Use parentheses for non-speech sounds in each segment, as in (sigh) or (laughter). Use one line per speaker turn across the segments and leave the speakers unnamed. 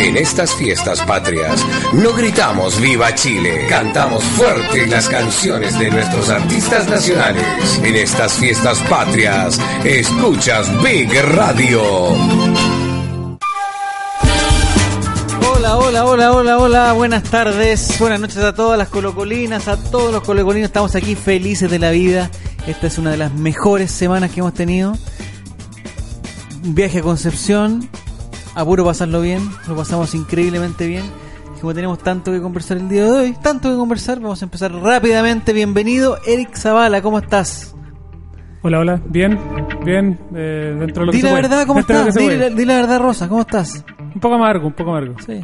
En estas fiestas patrias no gritamos viva Chile, cantamos fuerte las canciones de nuestros artistas nacionales. En estas fiestas patrias escuchas Big Radio.
Hola, hola, hola, hola, hola, buenas tardes, buenas noches a todas las colocolinas, a todos los colocolinos, estamos aquí felices de la vida, esta es una de las mejores semanas que hemos tenido, un viaje a Concepción, a puro pasarlo bien, lo pasamos increíblemente bien, Y como tenemos tanto que conversar el día de hoy, tanto que conversar, vamos a empezar rápidamente, bienvenido Eric Zavala, ¿cómo estás?
Hola, hola, bien, bien, eh, dentro de lo
Di
que se
la
puede.
verdad, ¿cómo
Dentro de lo
estás? Di
que se
la,
puede.
di la verdad, Rosa, ¿cómo estás?
Un poco amargo, un poco amargo.
Sí.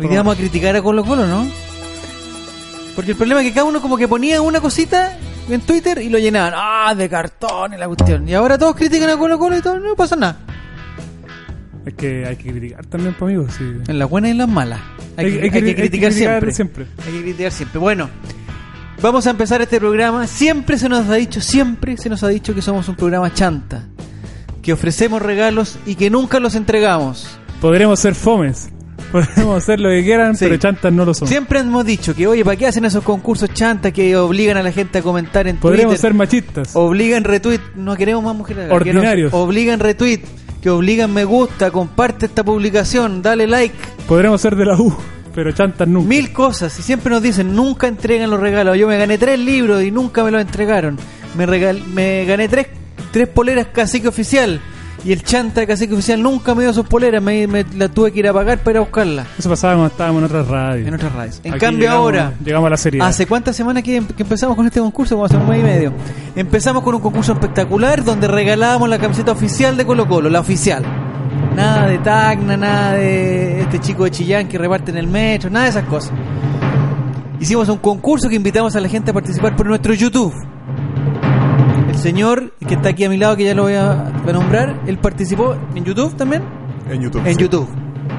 Hoy día vamos a criticar a Colo Colo, ¿no? Porque el problema es que cada uno como que ponía una cosita en Twitter y lo llenaban. Ah, de cartón y la cuestión. Y ahora todos critican a Colo Colo y todo, no pasa nada.
Es que hay que criticar también, pues, amigos. Sí.
En las buenas y en las malas. Hay,
Hay-
que, hay
hay que-
que
hay que
criticar,
criticar
siempre.
siempre.
Hay que criticar siempre. Bueno, vamos a empezar este programa. Siempre se nos ha dicho, siempre se nos ha dicho que somos un programa chanta. Que ofrecemos regalos y que nunca los entregamos.
Podremos ser fomes, (laughs) podremos hacer lo que quieran,
Sí.
pero chantas no lo son.
Siempre hemos dicho que, oye, ¿para qué hacen esos concursos chantas que obligan a la gente a comentar en
Podremos
Twitter?
ser machistas.
Obligan retweet, no queremos más mujeres. acá,
Ordinarios.
que nos Obligan retweet, que obligan me gusta, comparte esta publicación, dale like,
Podremos ser de la U, pero chantas nunca.
mil cosas. Y siempre nos dicen, nunca entregan los regalos. Yo me gané tres libros y nunca me los entregaron. Me, regal me gané tres, tres poleras cacique oficial. Y el chanta de cacique oficial nunca me dio sus poleras, me, me la tuve que ir a pagar para ir a buscarla
Eso pasaba cuando estábamos en otras radios.
en otras radios. En
Aquí
cambio
llegamos-
ahora...
Llegamos a la serie.
¿Hace cuántas semanas que, em- que empezamos con este concurso? Como hace un mes y medio. Empezamos con un concurso espectacular donde regalábamos la camiseta oficial de Colo Colo, la oficial. Nada de Tacna, nada de este chico de Chillán que reparte en el metro, nada de esas cosas. Hicimos un concurso que invitamos a la gente a participar por nuestro YouTube. El señor que está aquí a mi lado, que ya lo voy a, voy a nombrar, él participó en YouTube también.
En YouTube.
En
sí.
YouTube.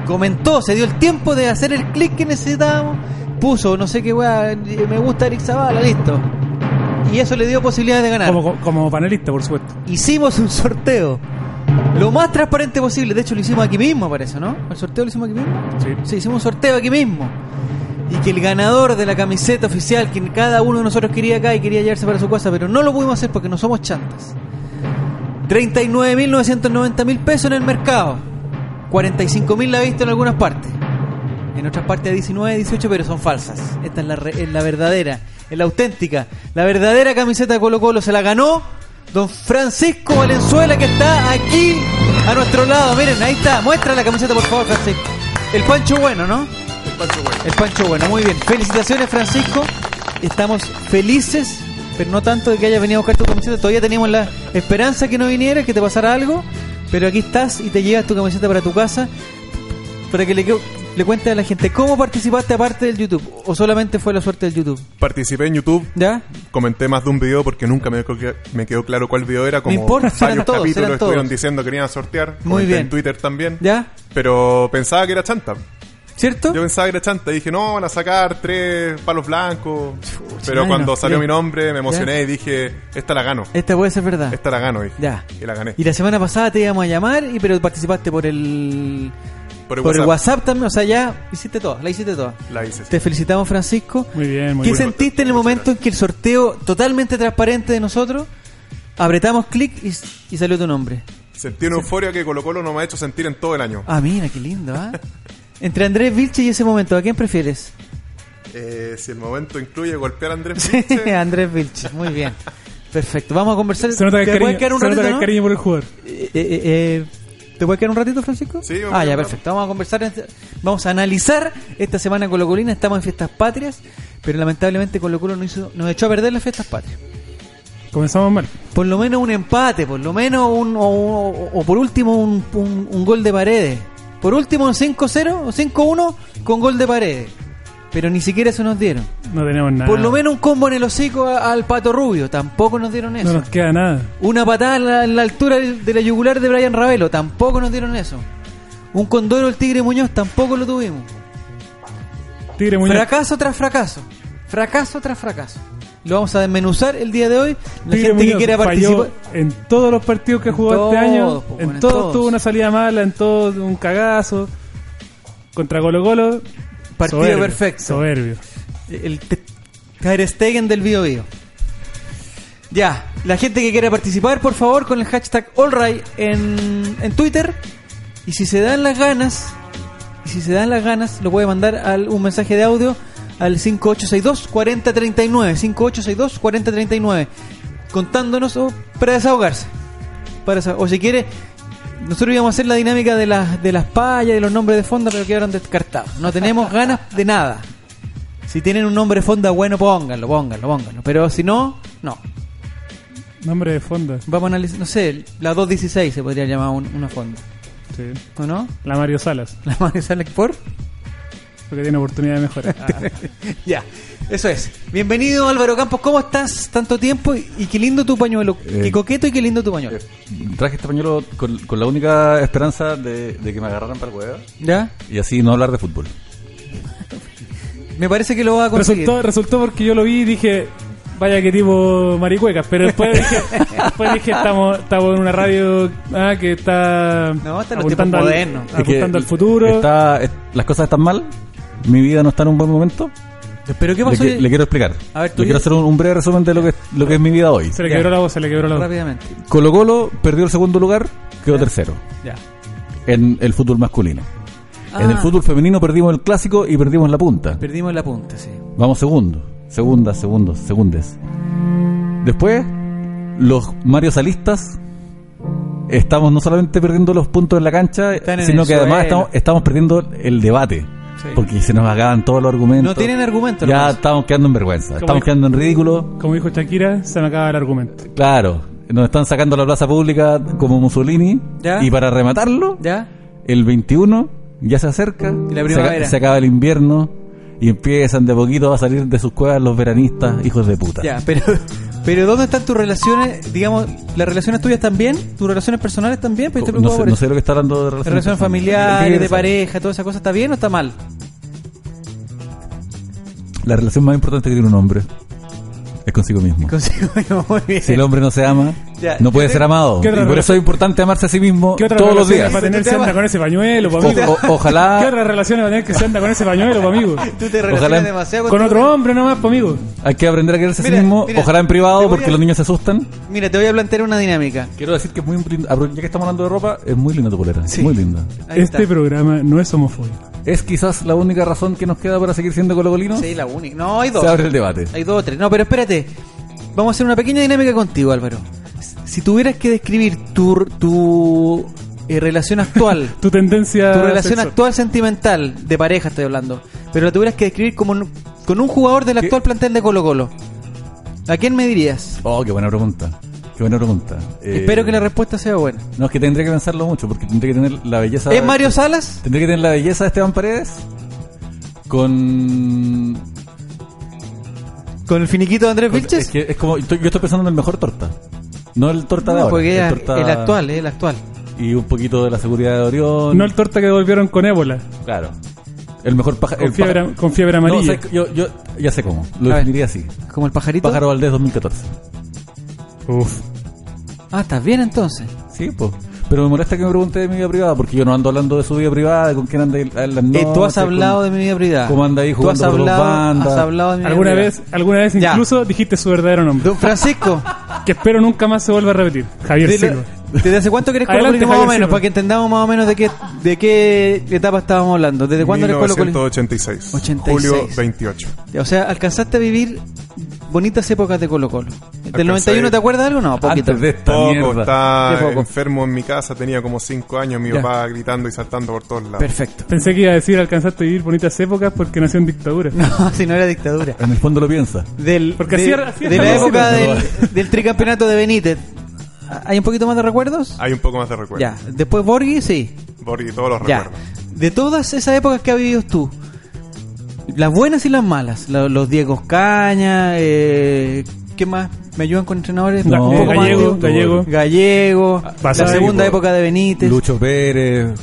Comentó, se dio el tiempo de hacer el clic que necesitábamos. Puso, no sé qué weá, me gusta Eric Zavala, listo. Y eso le dio posibilidades de ganar.
como, como panelista, por supuesto.
Hicimos un sorteo. Lo más transparente posible. De hecho, lo hicimos aquí mismo, parece, ¿no? ¿El sorteo lo hicimos aquí mismo?
Sí.
Sí, hicimos un sorteo aquí mismo. Y que el ganador de la camiseta oficial, que cada uno de nosotros quería acá y quería llevarse para su casa, pero no lo pudimos hacer porque no somos chantas. 39.990.000 pesos en el mercado. 45.000 la he visto en algunas partes. En otras partes 19, 18, pero son falsas. Esta es la, re- es la verdadera, es la auténtica. La verdadera camiseta de Colo Colo se la ganó don Francisco Valenzuela que está aquí a nuestro lado. Miren, ahí está. Muestra la camiseta, por favor, Francisco. El Pancho Bueno, ¿no? El Pancho Bueno, muy bien. Felicitaciones, Francisco. Estamos felices, pero no tanto de que hayas venido a buscar tu camiseta. Todavía teníamos la esperanza que no viniera, que te pasara algo. Pero aquí estás y te llevas tu camiseta para tu casa para que le, le cuente a la gente cómo participaste aparte del YouTube o solamente fue la suerte del YouTube.
Participé en YouTube,
¿Ya?
comenté más de un video porque nunca me, co- me quedó claro cuál video era. Como
No importa,
varios
eran todos,
capítulos
eran todos.
estuvieron diciendo que querían sortear.
Muy
comenté
bien.
En Twitter también.
¿Ya?
Pero pensaba que era chanta.
¿Cierto?
Yo pensaba que era chanta. Dije, no, van a sacar tres palos blancos. Pero
nadie
cuando
nos
salió
cree.
mi nombre me emocioné y dije, esta la gano.
Esta puede ser verdad.
Esta la gano. Dije.
Ya.
Y la gané.
Y la semana pasada te íbamos a llamar, y pero participaste por el
Por el
el
WhatsApp.
WhatsApp también, o sea, ya hiciste toda, la hiciste toda.
La hice. sí.
Te felicitamos, Francisco.
Muy bien, muy
¿Qué
bien.
sentiste en el momento en que el sorteo totalmente transparente de nosotros apretamos clic y, y salió tu nombre?
Sentí una euforia que Colo Colo no me ha hecho sentir en todo el año.
Ah, mira, qué lindo,
(laughs)
¿ah? Entre Andrés Vilche y ese momento, ¿a quién prefieres?
Eh, si el momento incluye golpear a Andrés
Sí,
Pinche,
(laughs) Andrés Vilche, muy bien. Perfecto, vamos a conversar.
Se nota que
¿Te
hay
puedes
cariño,
quedar un
se
ratito,
nota que hay
no?
cariño por el jugador.
Eh, eh, eh, ¿Te puedes quedar un ratito, Francisco?
Sí, vamos
Ah,
a
ya,
quedar.
perfecto. Vamos a conversar, en- vamos a analizar esta semana Colo Colina. Estamos en fiestas patrias, pero lamentablemente Colo Colo nos, hizo- nos echó a perder las fiestas patrias.
Comenzamos mal.
Por lo menos un empate, por lo menos un. o, o- o por último un, un- un gol de paredes. Por último, un 5-0 o 5-1 con gol de paredes. Pero ni siquiera eso nos dieron.
No tenemos nada.
Por lo menos un combo en el hocico a- al pato rubio. Tampoco nos dieron eso.
No nos queda nada.
Una patada en la, en la altura del- de la yugular de Brian Ravelo, tampoco nos dieron eso. Un condoro el Tigre Muñoz, tampoco lo tuvimos.
Tigre Muñoz.
Fracaso tras fracaso. Fracaso tras fracaso. Lo vamos a desmenuzar el día de hoy. La
Tigre
gente
Muñoz
que quiera
falló
participar.
en todos los partidos que
En
jugó este
todos,
año.
po,
en
bueno, en
todos,
todos.
tuvo una salida mala, en todos un cagazo. Contra Colo Colo.
Partido perfecto.
Soberbio.
El Te- Ter Stegen del Bio Bio. Ya, la gente que quiera participar, por favor, con el hashtag AllRight en, en Twitter. Y si se dan las ganas, y si se dan las ganas, lo puede mandar al, un mensaje de audio al 5862-4039. 5862-4039. Contándonos o para desahogarse. Para desa- o si quiere, nosotros íbamos a hacer la dinámica de las, de las payas, de los nombres de fonda, pero quedaron descartados. No tenemos ganas de nada. Si tienen un nombre de fonda bueno, pónganlo, pónganlo, pónganlo. Pero si no, no.
Nombre de fondo.
Vamos a analizar, no sé, la 216 se podría llamar un- una fonda.
Sí.
¿O no? (laughs)
La Mario Salas.
La madre sale por. (laughs)
Porque tiene oportunidad de mejorar.
Ah, Ya, eso es. Bienvenido Álvaro Campos, ¿cómo estás? Tanto tiempo y, y qué lindo tu pañuelo.
Eh,
qué coqueto y qué lindo tu pañuelo.
Eh, Traje este pañuelo con, con la única esperanza de, de que me agarraran para el huevo
¿Ya?
y así no hablar de fútbol.
Me parece que lo va a conseguir.
resultó, resultó porque yo lo vi y dije, vaya que tipo maricuecas. Pero
(laughs)
después dije, después dije estamos, estamos en una radio ah, que está
No, están los
apuntando,
tiempos
al,
modernos.
Es que
apuntando al futuro.
está- es- las cosas están mal, mi vida no está en un buen momento.
Pero ¿qué
Le,
pasó?
que- le quiero explicar.
A ver, tú
le
y-
quiero hacer un, un breve resumen de lo que, lo que es mi vida hoy.
Se le quebró la voz, se le quebró la voz.
Rápidamente.
Colo Colo perdió el segundo lugar, quedó tercero
Ya.
en el fútbol masculino. En el
Ah.
fútbol femenino perdimos el clásico y perdimos la punta.
Perdimos la punta, sí.
Vamos segundo, segunda, segundos, segundes. Después, los Mario Salistas estamos no solamente perdiendo los puntos en la cancha,
Están en
sino
el
que además
suelo.
estamos, estamos perdiendo el debate.
Sí.
Porque se nos acaban todos los
No
argumentos.
tienen argumentos,
Ya
nomás.
estamos quedando en vergüenza. Estamos
dijo-
quedando en ridículo.
Como dijo Shakira, se me acaba el argumento.
Claro. Nos están sacando a la plaza pública como Mussolini.
Ya.
Y para rematarlo,
¿Ya?
el 21 ya se acerca,
la
se,
primavera.
aca- se acaba el invierno y empiezan de poquito a salir de sus cuevas los veranistas, hijos de puta.
Ya, pero, (laughs) pero ¿dónde están tus relaciones? Digamos, ¿las relaciones tuyas también? ¿Tus relaciones personales también? Pues estoy
No
preocupado
sé,
por
no
eso.
sé lo que está hablando de
Las
relaciones,
relaciones
¿Qué
familiares, de
quieres saber?
pareja, toda esa cosa, ¿está bien o está mal? (laughs)
La relación más importante que tiene un hombre es consigo mismo.
Consigo yo, muy bien.
Si el hombre no se ama,
Ya,
no puede
¿qué
ser
otra-
amado.
qué
Y
otra
por eso
relación-
es importante amarse a sí mismo
¿Qué otra
todos los
relación
días.
va a tener
Ese
se anda
Este tema. este
con ese pañuelo, po,
O-
amigo?
o-
(laughs)
ojalá-
¿Qué otra relación va a tener que se anda con ese pañuelo, po,
Tú
amigo?
te relacionas
Ojalá-
demasiado
Con
tu-
otro hombre nomás, po, amigo.
Hay que aprender a quererse a sí
Mira,
mismo,
mira,
ojalá en
te
privado,
voy
porque
a-
los niños se asustan.
Mira, te voy a plantear una dinámica.
Quiero decir que es muy linda, ya que estamos hablando de ropa, es muy linda tu polera,
Sí.
muy linda.
Ahí
este
está.
programa no es homofóbico.
¿Es quizás la única razón que nos queda para seguir siendo colocolinos?
Sí, la única. No, hay dos.
Se abre el debate.
Hay dos o tres. No, pero espérate. Vamos a hacer una pequeña dinámica contigo, Álvaro. Si tuvieras que describir tu, tu eh, relación
(laughs)
actual
Tu tendencia.
Ah,
tu relación
sexual.
actual sentimental, de pareja estoy hablando, pero la tuvieras que describir como un- con un jugador del actual plantel de Colo Colo. ¿A quién me dirías?
Oh, qué buena pregunta. Qué buena pregunta. Eh,
Espero que la respuesta sea buena.
No, es que tendría que pensarlo mucho, porque tendría que tener la belleza.
¿Es Mario Salas?
Tendría que tener la belleza de Esteban Paredes con.
¿Con el finiquito de Andrés
con-
Vilches?
es que es como. Yo estoy pensando en el mejor torta. No el torta de
No,
ahora.
porque
el,
es
torta-
el actual, es el actual.
Y un poquito de la seguridad de Orión.
No el torta que devolvieron con ébola.
Claro. El mejor paja- el
Con fiebre,
paja-
con fiebre
No,
amarilla.
¿sabes qué? yo, yo ya sé cómo. Lo
A ver.
definiría así.
¿Como el pajarito?
Pájaro Valdés 2014.
Uf.
Ah, estás bien entonces.
Sí, pues. Pero me molesta que me pregunte de mi vida privada, porque yo no ando hablando de su vida privada, de con quién anda él en las
Eh, tú has
noches,
hablado
con-
de mi vida privada.
¿Cómo anda ahí
Tú has
jugando por dos
hablado,
bandas?
has hablado de mi vida
Alguna
privada.
vez, alguna vez
oh, Ya.
incluso dijiste su verdadero nombre.
Don
(laughs)
Francisco,
Que espero nunca más se vuelva a repetir. Javier
dilo-
Silva.
¿desde hace cuánto que eres
Adelante,
colocolino más o
Javier
menos?
Silva.
Para que entendamos más o menos de qué, de qué etapa estábamos hablando. ¿Desde cuándo eres colocolino?
1986.
86.
Julio 28.
O sea, alcanzaste a vivir bonitas épocas de Colo Colo.
Alcancé
¿Del 91 te acuerdas algo? No, poquito.
Antes de esta
Poco,
mierda.
estaba
Qué poco.
enfermo en mi casa, tenía como 5 años, mi
Ya.
papá gritando y saltando por todos lados.
Perfecto.
Pensé que iba a decir alcanzaste a vivir bonitas épocas porque nació en dictadura.
(laughs) No, si no era dictadura.
En el fondo lo piensa.
Del,
Porque
de,
así era- así
de
(laughs) era
la
Colo Colo.
época del, del tricampeonato de Benítez. ¿Hay un poquito más de recuerdos?
Hay un poco más de recuerdo.
Ya. Después Borghi, sí.
Borghi, todos los
Ya.
recuerdos.
de todas esas épocas que has vivido tú, las buenas y las malas, la- los Diegos Caña, eh, ¿qué más? ¿Me ayudan con entrenadores?
Ga-
No,
Un poco más
gallego,
antiguos.
gallego. pues.
Gallego,
Basay,
la segunda
po.
época de Benítez.
Lucho Pérez.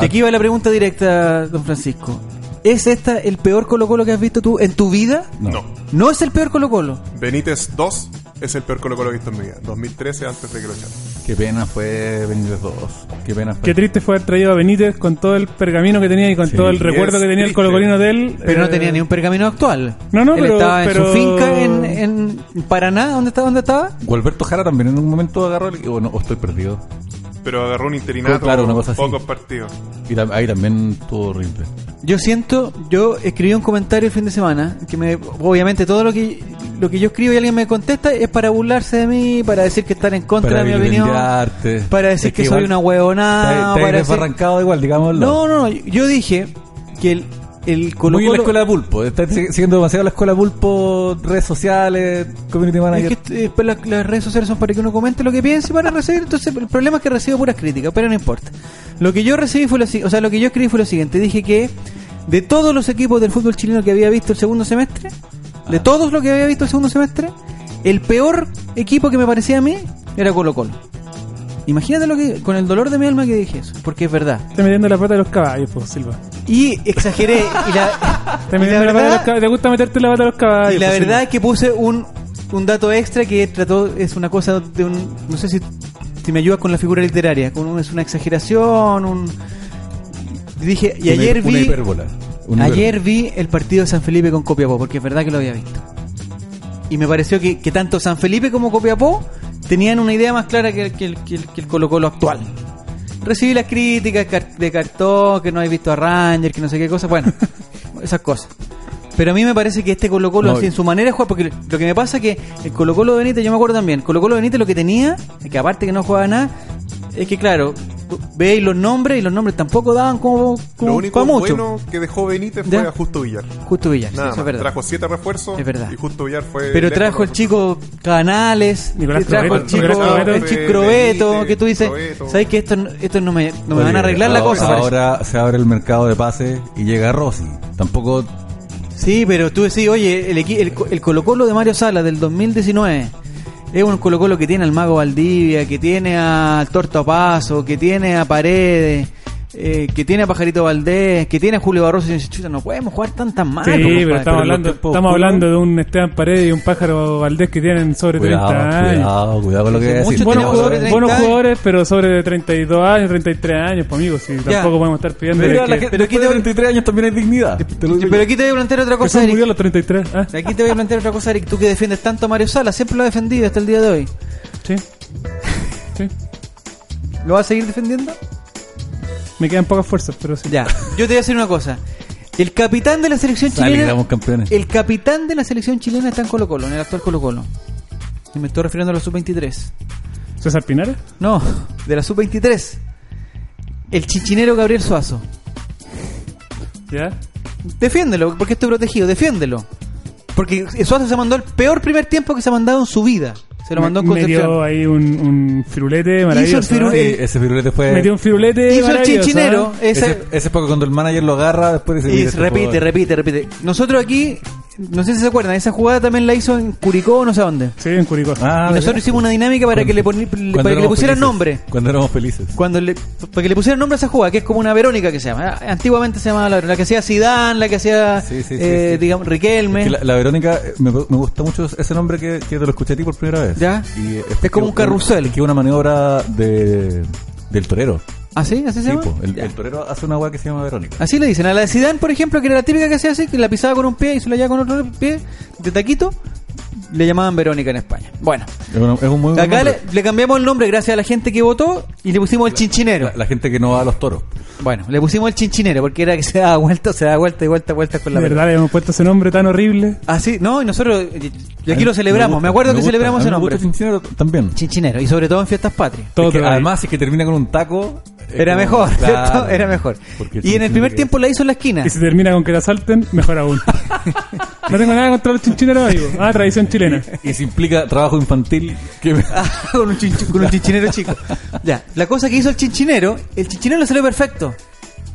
Y aquí va la pregunta directa, don Francisco. ¿Es esta el peor Colo Colo que has visto tú en tu vida?
Ah,
No.
No es el peor Colo Colo.
Benítez 2 es el peor Colo Colo que he visto en mi vida. 2013 antes de que lo echaran.
Qué pena fue Benítez 2. Qué pena fue.
Qué triste fue haber traído a Benítez con todo el pergamino que tenía y con
Sí,
todo el
es
recuerdo que tenía el
triste.
colocolino de él.
Pero no
eh,
tenía ni un pergamino actual.
No, no,
Él
pero-
estaba en su
pero-
finca en, en Paraná, ¿dónde estaba? ¿Dónde estaba?
Gualberto Jara también en un momento agarró el. Bueno, o estoy perdido.
Pero agarró un interinato
Claro, una cosa así.
pocos partidos.
Y tam- ahí también estuvo horrible.
Yo siento, yo escribí un comentario el fin de semana, que me, obviamente todo lo que lo que yo escribo y alguien me contesta es para burlarse de mí, para decir que están en contra
Para
de mi opinión,
vilipendiarte.
para decir
Es
que,
que
soy
igual
una
Está
huevonada,
está ahí
para decir-
desbarrancado igual, digámoslo.
No, no, no, yo dije que el, el Colo
Muy en la
Colo-
escuela pulpo. Está sig- siguiendo demasiado la escuela pulpo, redes sociales, community
Es
manager.
que eh, pues, la- las redes sociales son para que uno comente lo que piensa y para recibir. Entonces, el problema es que recibo puras críticas, pero no importa. Lo que yo recibí fue lo si- o sea, lo que yo escribí fue lo siguiente. Dije que de todos los equipos del fútbol chileno que había visto el segundo semestre, de todos los que había visto el segundo semestre, el peor equipo que me parecía a mí era Colo Colo. Imagínate lo que con el dolor de mi alma que dije eso, porque es verdad.
Está metiendo la pata de los caballos, pues, Silva.
Y exageré y (laughs) la,
Está
y la
metiendo la pata de los
verdad,
caballos. Te gusta meterte la pata de los caballos.
y la
pues,
verdad es que puse un, un dato extra que trató, es una cosa de un, no sé si, si me ayudas con la figura literaria, con un- es una exageración, un... y Dije, y
Una-
ayer
Una
vi,
hipérbola. Una
ayer vi el partido de San Felipe con Copiapó, porque es verdad que lo había visto. Y me pareció que, que tanto San Felipe como Copiapó tenían una idea más clara que, el- que el- que el- que el Colo Colo actual. Recibí las críticas car- de cartón, que no he visto a Ranger, que no sé qué cosa,
(laughs)
bueno, esas cosas. Pero a mí me parece que este Colo Colo,
No,
así, en su manera de jugar, porque lo que me pasa es que el Colo Colo de Benítez, yo me acuerdo también, Colo Colo de Benítez lo que tenía, que aparte que no jugaba nada, es que claro, veis los nombres y los nombres tampoco daban como, como
Lo
pa'
único
mucho.
bueno que dejó Benítez fue
¿Ya?
a Justo Villar.
Justo Villar, sí,
Nada
eso es
más.
verdad.
Trajo siete refuerzos
Es verdad.
y Justo Villar fue...
Pero
lejos
trajo el
con-
chico Canales,
Nicolás
trajo el
Crobeto,
chico
Nicolás Crobeto.
el chico Crobeto,
Benítez,
que tú dices,
Crobeto.
¿sabes que esto, no- esto no me, no me
Oye,
van a arreglar la
ahora-
cosa? parece".
Ahora se abre el mercado de pases y llega Rossi. Tampoco
Sí, pero tú decís, oye, el, equi- el, co- el Colo Colo de Mario Sala del 2019 es un Colo Colo que tiene al Mago Valdivia, que tiene al Torto Paso, que tiene a Paredes, eh, que tiene a Pajarito Valdés, que tiene a Julio Barroso y dices, chuta, no podemos jugar pues, tan tan mal.
Sí,
Ah, compadre".
pero estamos,
Pero
hablando,
los tiempos
estamos
oscuros-
hablando de un Esteban Paredes y un pájaro Valdés que tienen sobre
Cuidado,
30 años.
cuidado, cuidado con lo que voy a
Mucho
decir.
tiempo
Buenos
Tenemos sobre
jugadores,
30
buenos
años.
jugadores, pero sobre 32 años, 33 años, pues amigos, y
Ya.
tampoco podemos estar pidiendo
Mira,
que,
la gente-
pero aquí
después de
te-
33 años también hay dignidad. Te lo digo.
Pero aquí te voy a plantear otra
que
cosa,
se
Eric.
murió a los 33. Ah,
Aquí te voy a plantear otra cosa, Eric. Tú que defiendes tanto a Mario Sala, siempre lo has defendido hasta el día de hoy.
sí. Sí.
¿Lo vas a seguir defendiendo?
Me quedan pocas fuerzas, pero sí.
Ya, yo te voy a decir una cosa. El capitán de la selección
Dale,
chilena.
quedamos campeones.
El capitán de la selección chilena está en Colo Colo, en el actual Colo Colo. Y me estoy refiriendo a la sub-23.
César Pinares.
No, de la sub-23. El chichinero Gabriel Suazo.
Ya.
Defiéndelo, porque estoy protegido, defiéndelo. Porque Suazo se mandó el peor primer tiempo que se ha mandado en su vida. Se lo mandó en
Me- Me dio
Concepción.
ahí un, un firulete maravilloso.
firule-
¿no?
Sí, ese firulete fue.
Metió un firulete
Hizo el
maravilloso, ¿eh?
chichinero.
¿no?
esa-
Ese, ese es porque cuando el manager lo agarra, después dice.
Y
"Mira, este
repite,
jugador".
repite, repite. Nosotros aquí, no sé si se acuerdan, esa jugada también la hizo en Curicó, no sé dónde.
Sí, en Curicó.
Ah,
Y nosotros
¿verdad?
hicimos una dinámica para que le, poni-
Cuando
para que le
éramos
pusieran
felices.
nombre.
Cuando éramos felices.
Cuando le, para que le pusieran nombre a esa jugada, que es como una Verónica que se llama. Ah, Antiguamente se llamaba la, la que hacía Sidán, la que hacía,
Sí, sí, sí,
eh,
sí.
digamos, Riquelme.
Es que la, la Verónica, eh, me, me gusta mucho ese nombre que, que te lo escuché a ti por primera vez.
Ya.
Y
Es como un carrusel.
Es que una maniobra de, del torero.
¿Ah, sí? ¿Así se
Sí,
llama?
po, el,
Ya.
el torero hace una weá que se llama Verónica.
Así le dicen. A la de Sidán, por ejemplo, que era la típica que hacía así, que la pisaba con un pie y se la llevaba con otro pie de taquito, le llamaban Verónica en España. Bueno,
Es, una- es un muy buen
acá le,
nombre.
le cambiamos el nombre gracias a la gente que votó y le pusimos el chinchinero.
La, la gente que no va a los toros.
Bueno, le pusimos el chinchinero porque era que se daba vuelta, se daba vuelta y vuelta, vuelta con
la
la pelota.
verdad, le hemos puesto ese nombre tan horrible.
Así, no, y nosotros, y- y aquí
A mí
lo celebramos, me,
gusta,
acuerdo que
gusta.
celebramos
A
ese
mí me gusta
nombre.
Cincinnati también.
Chinchinero, y sobre todo en fiestas patrias. ah,
Todo
Es que
te va a ir.
además, si es que termina con un taco. es
Era
como-
mejor,
Claro.
¿cierto? Era mejor.
Porque
Y en el primer
Cincinnati-
tiempo la hizo en la esquina.
Y si termina con que te asalten,
(laughs)
mejor aún. no tengo nada contra los chinchineros, amigo. Ah, tradición chilena.
(laughs) Y si implica trabajo infantil, que me-
Ah, con, un chinch- con un chinchinero chico. Ya, la cosa que hizo el chinchinero, el chinchinero lo salió perfecto.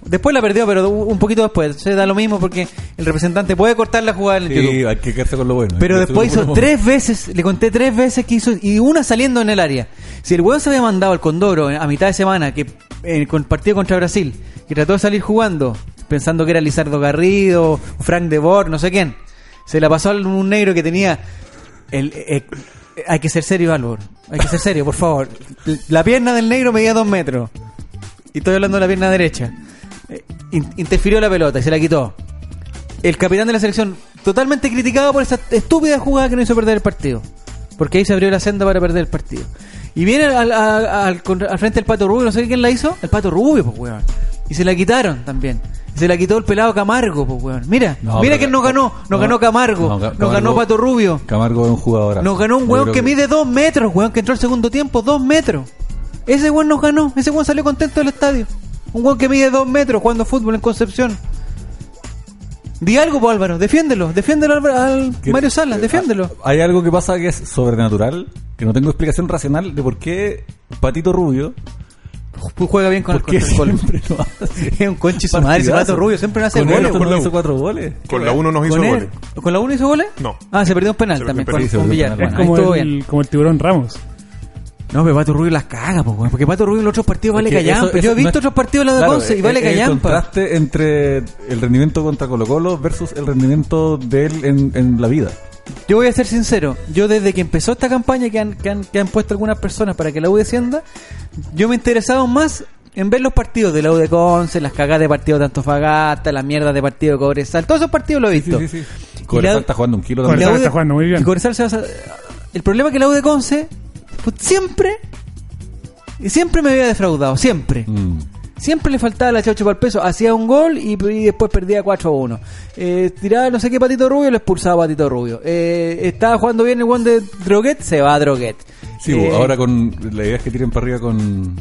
Después la perdió, pero u- un poquito después. Se da lo mismo porque el representante puede cortar la jugada en el
Sí,
YouTube.
hay que quedarse con lo bueno.
Pero
Hay que
después
quedarse con
hizo
lo
tres veces, le conté tres veces que hizo, y una saliendo en el área. Si el huevo se había mandado al Condoro a mitad de semana, que eh, con el partido contra Brasil, que trató de salir jugando, pensando que era Lizardo Garrido, Frank de Boer, no sé quién, se la pasó a un negro que tenía. El, eh, eh, hay que ser serio, Álvaro. Hay que ser serio, por favor. La pierna del negro medía dos metros. Y estoy hablando de la pierna derecha. Eh, in- interfirió la pelota y se la quitó. El capitán de la selección, totalmente criticado por esa estúpida jugada que no hizo perder el partido. Porque ahí se abrió la senda para perder el partido. Y viene al, a- al contra- al frente del Pato Rubio, no sé quién la hizo. El Pato Rubio, pues, weón. Y se la quitaron también. Y se la quitó el pelado Camargo, pues, weón. Mira,
No,
mira
pero-
que nos ganó. Nos
no,
ganó Camargo.
no, Ca-
nos ganó
Camargo-
Pato Rubio.
bueno. Camargo es un jugador.
Nos ganó un weón que, mide dos metros, weón, que entró al segundo tiempo, dos metros. Ese weón nos ganó, ese weón salió contento del estadio. Un weón que mide dos metros jugando fútbol en Concepción. Di algo, po, Álvaro, defiéndelo, defiéndelo al, al
Que-
Mario Salas,
eh,
defiéndelo.
ah, Hay algo que pasa que es sobrenatural, que no tengo explicación racional de por qué Patito Rubio.
Ju- Juega bien Ah, con el
¿Por qué
contra el gol. (laughs)
siempre lo hace?
Es un conche su madre, ese
Partidazo.
Pato Rubio siempre no hace
Con
goles,
Everton
weón.
no hizo cuatro goles.
Con la 1 nos hizo
¿Con, él-
goles.
¿Con la 1 hizo goles?
No.
Ah, se perdió un penal
Se
también
perdió un
con, con
penal. Sí, se
Villar.
perdió un
Ahí
Es
Bueno,
como
estuvo
el,
bien.
como el tiburón Ramos.
No, pero Pato Rubio las caga, po, weón, porque Pato Rubio en los otros partidos vale
Es que
callampa.
eso- eso
Yo he
no
visto
es-
otros partidos de la de
Claro,
Conce y
es-
vale pues.
es el
callampa.
contraste entre el rendimiento contra Colo Colo versus el rendimiento de él en, en la vida.
Yo voy a ser sincero, yo desde que empezó esta campaña que han, que han, que han puesto algunas personas para que la U descienda, yo me he interesado más en ver los partidos de la U de Conce, las cagadas de partido de Antofagasta, las mierdas de partido de Cobresal, todos esos partidos lo he visto.
Cobresal
la-
está jugando un kilo
Y la
también.
Cobresal
U
está jugando muy bien.
y Cobresal se va a- el problema es que la U de Conce pues, siempre, y siempre me había defraudado, siempre.
Mm.
Siempre le faltaba la chaucha para el peso. Hacía un gol y, y después perdía 4 a 1. Eh, tiraba no sé qué patito rubio, lo expulsaba a patito rubio. Eh, estaba jugando bien el one de Droguet, se va a Droguet.
Sí,
Eh,
ahora con la idea es que tiren para arriba con.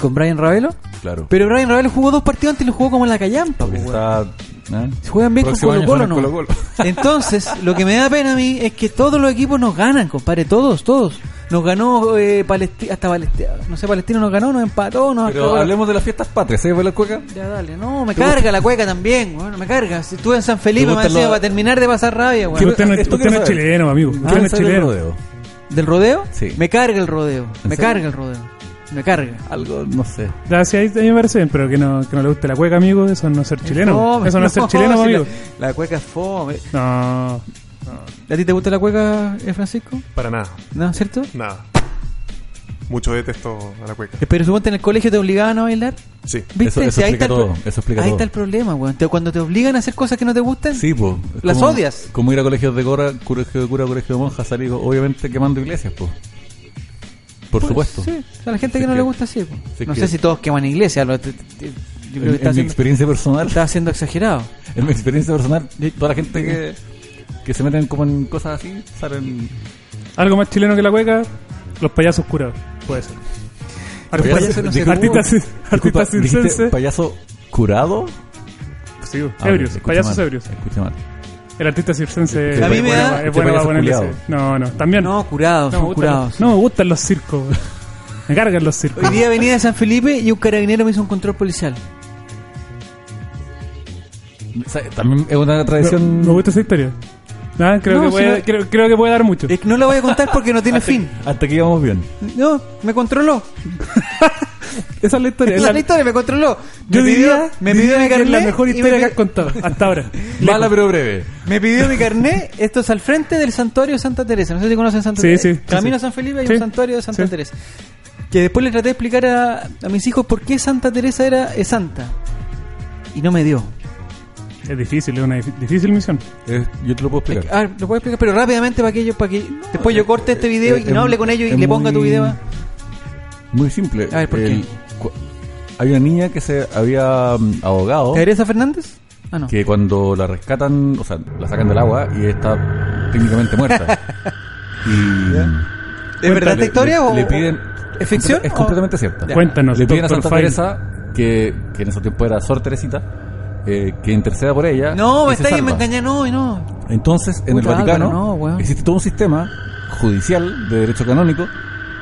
Con Brian Ravelo.
Claro.
Pero Brian Ravelo jugó dos partidos antes y lo jugó como en la callampa.
porque
po, weón.
está. ¿eh?
Si juegan bien con
Próximo
Colo
año
Colo,
juegan
¿no? Ah,
en Colo-Colo.
Entonces, lo que me da pena a mí es que todos los equipos nos ganan, compadre, todos, todos. Nos ganó eh, Palestina, hasta Palestina, no sé, Palestino nos ganó, nos empató, nos
Pero
acabó la-
hablemos de las fiestas patrias, ¿eh? la cueca?
Ya, dale. No, me carga la cueca también, weón. Me carga. Si estuve en San Felipe,
¿Te
me
gustan
decía,
los-
para terminar de pasar rabia,
¿Qué-
weón.
Usted no, es-
esto
usted no
quiero
es
saber.
chileno,
Ah,
amigo. Usted no es
Avanza del
chileno.
rodeo.
¿Del rodeo?
Sí.
Me carga el rodeo. Me
serio?
carga el rodeo. Me carga.
Algo, no sé.
Ya, sí, ahí, ahí me parece bien, pero que no, que no le guste la cueca, amigo. Eso no es ser chileno.
Fome,
eso no,
(laughs)
es ser chileno,
si
amigo.
La, la cueca es fome.
No.
¿A ti te gusta la cueca, eh, Francisco?
Para nada.
¿No, cierto? Eh,
Nada. Mucho detesto a la cueca.
Pero suponte en el colegio te obligaban a bailar.
Sí.
¿Viste?
Eso- eso
Si ahí
explica
está el pro-
todo, eso explica
Ahí
todo.
está el problema, weón. Te- Cuando te obligan a hacer cosas que no te gustan,
Sí, pues.
Las odias.
Como ir a colegios de cora, colegio de cura, colegio de monjas, salir obviamente quemando iglesias, pues. Por
pues,
supuesto.
Sí. O sea, la gente que
Si es
no
que-
le gusta, sí. po.
si es
no
que-
sé si todos queman iglesia. lo- te- te- yo creo
En,
que
en
está
mi
siendo-
experiencia personal,
está siendo exagerado.
en mi experiencia personal, toda la gente que, que se meten como en cosas así, salen...
Algo más chileno que la cueca, los payasos curados. Puede ser. Artistas-
payaso no se
Disculpa,
artistas sin-
disculpa,
artistas sin
¿dijiste
sense.
payaso curado?
Sí,
Ah,
ebrios,
escuché
payasos
mal,
ebrios.
Escuché mal.
El artista circense
Escuché
es
A mí me
bueno,
da-
es bueno para
payaso
ponerle
culiao.
ese- No, no, también.
No, curados,
No me
son
gustan los-
curados.
no me gustan los circos. güey. Me cargan los circos.
Hoy día venía de San Felipe y un carabinero me hizo un control policial.
O sea, También es una
me,
tradición...
me gusta esa historia. Nada, creo,
No,
que
si
puede,
no-
creo, creo que puede dar mucho.
Es que no la voy a contar porque no
(laughs) Ah,
tiene fin.
Hasta aquí vamos bien.
No, me controló.
Esa es la historia.
Esa es la historia, me controló.
Yo
me
diría,
pidió, me pidió
diría
mi
que es
carnet.
la mejor
y me
historia que
pidió-
has contado hasta ahora.
Mala pero breve.
(laughs) Me pidió mi carnet, esto es al frente del santuario de Santa Teresa. No sé si conocen Santa
Sí,
Teresa.
sí, sí,
Camino a
sí.
San Felipe hay
Sí,
un santuario de Santa
sí.
Teresa. Que después le traté de explicar a, a mis hijos por qué Santa Teresa era es santa. Y no me dio.
Es difícil, es una dif- difícil misión.
Eh, yo te lo puedo explicar.
Ah, lo puedo explicar, pero rápidamente para que ellos, para que después yo corte este video
Eh,
y
es-
no hable con ellos y
es
le ponga tu
muy-
video.
Muy simple.
A ver, ¿por qué?
cu- Hay una niña que se había mm, ahogado,
¿Teresa Fernández? Ah, no.
que cuando la rescatan, o sea, la sacan del agua y está
(laughs)
técnicamente muerta. y
¿Es verdad esta
le-
historia
le-
o
le piden-
es ficción?
Es
o-
completamente cierta.
Ya.
Cuéntanos,
Le piden a
doctor
Santa
Fine.
Teresa, que, que en ese tiempo era Sor Teresita, eh, que interceda por ella.
No,
y
me
se
está ahí,
salva.
me engañé, no, y no.
Entonces, en
Puta,
el Vaticano
Álvaro, no, weón.
existe todo un sistema judicial de derecho canónico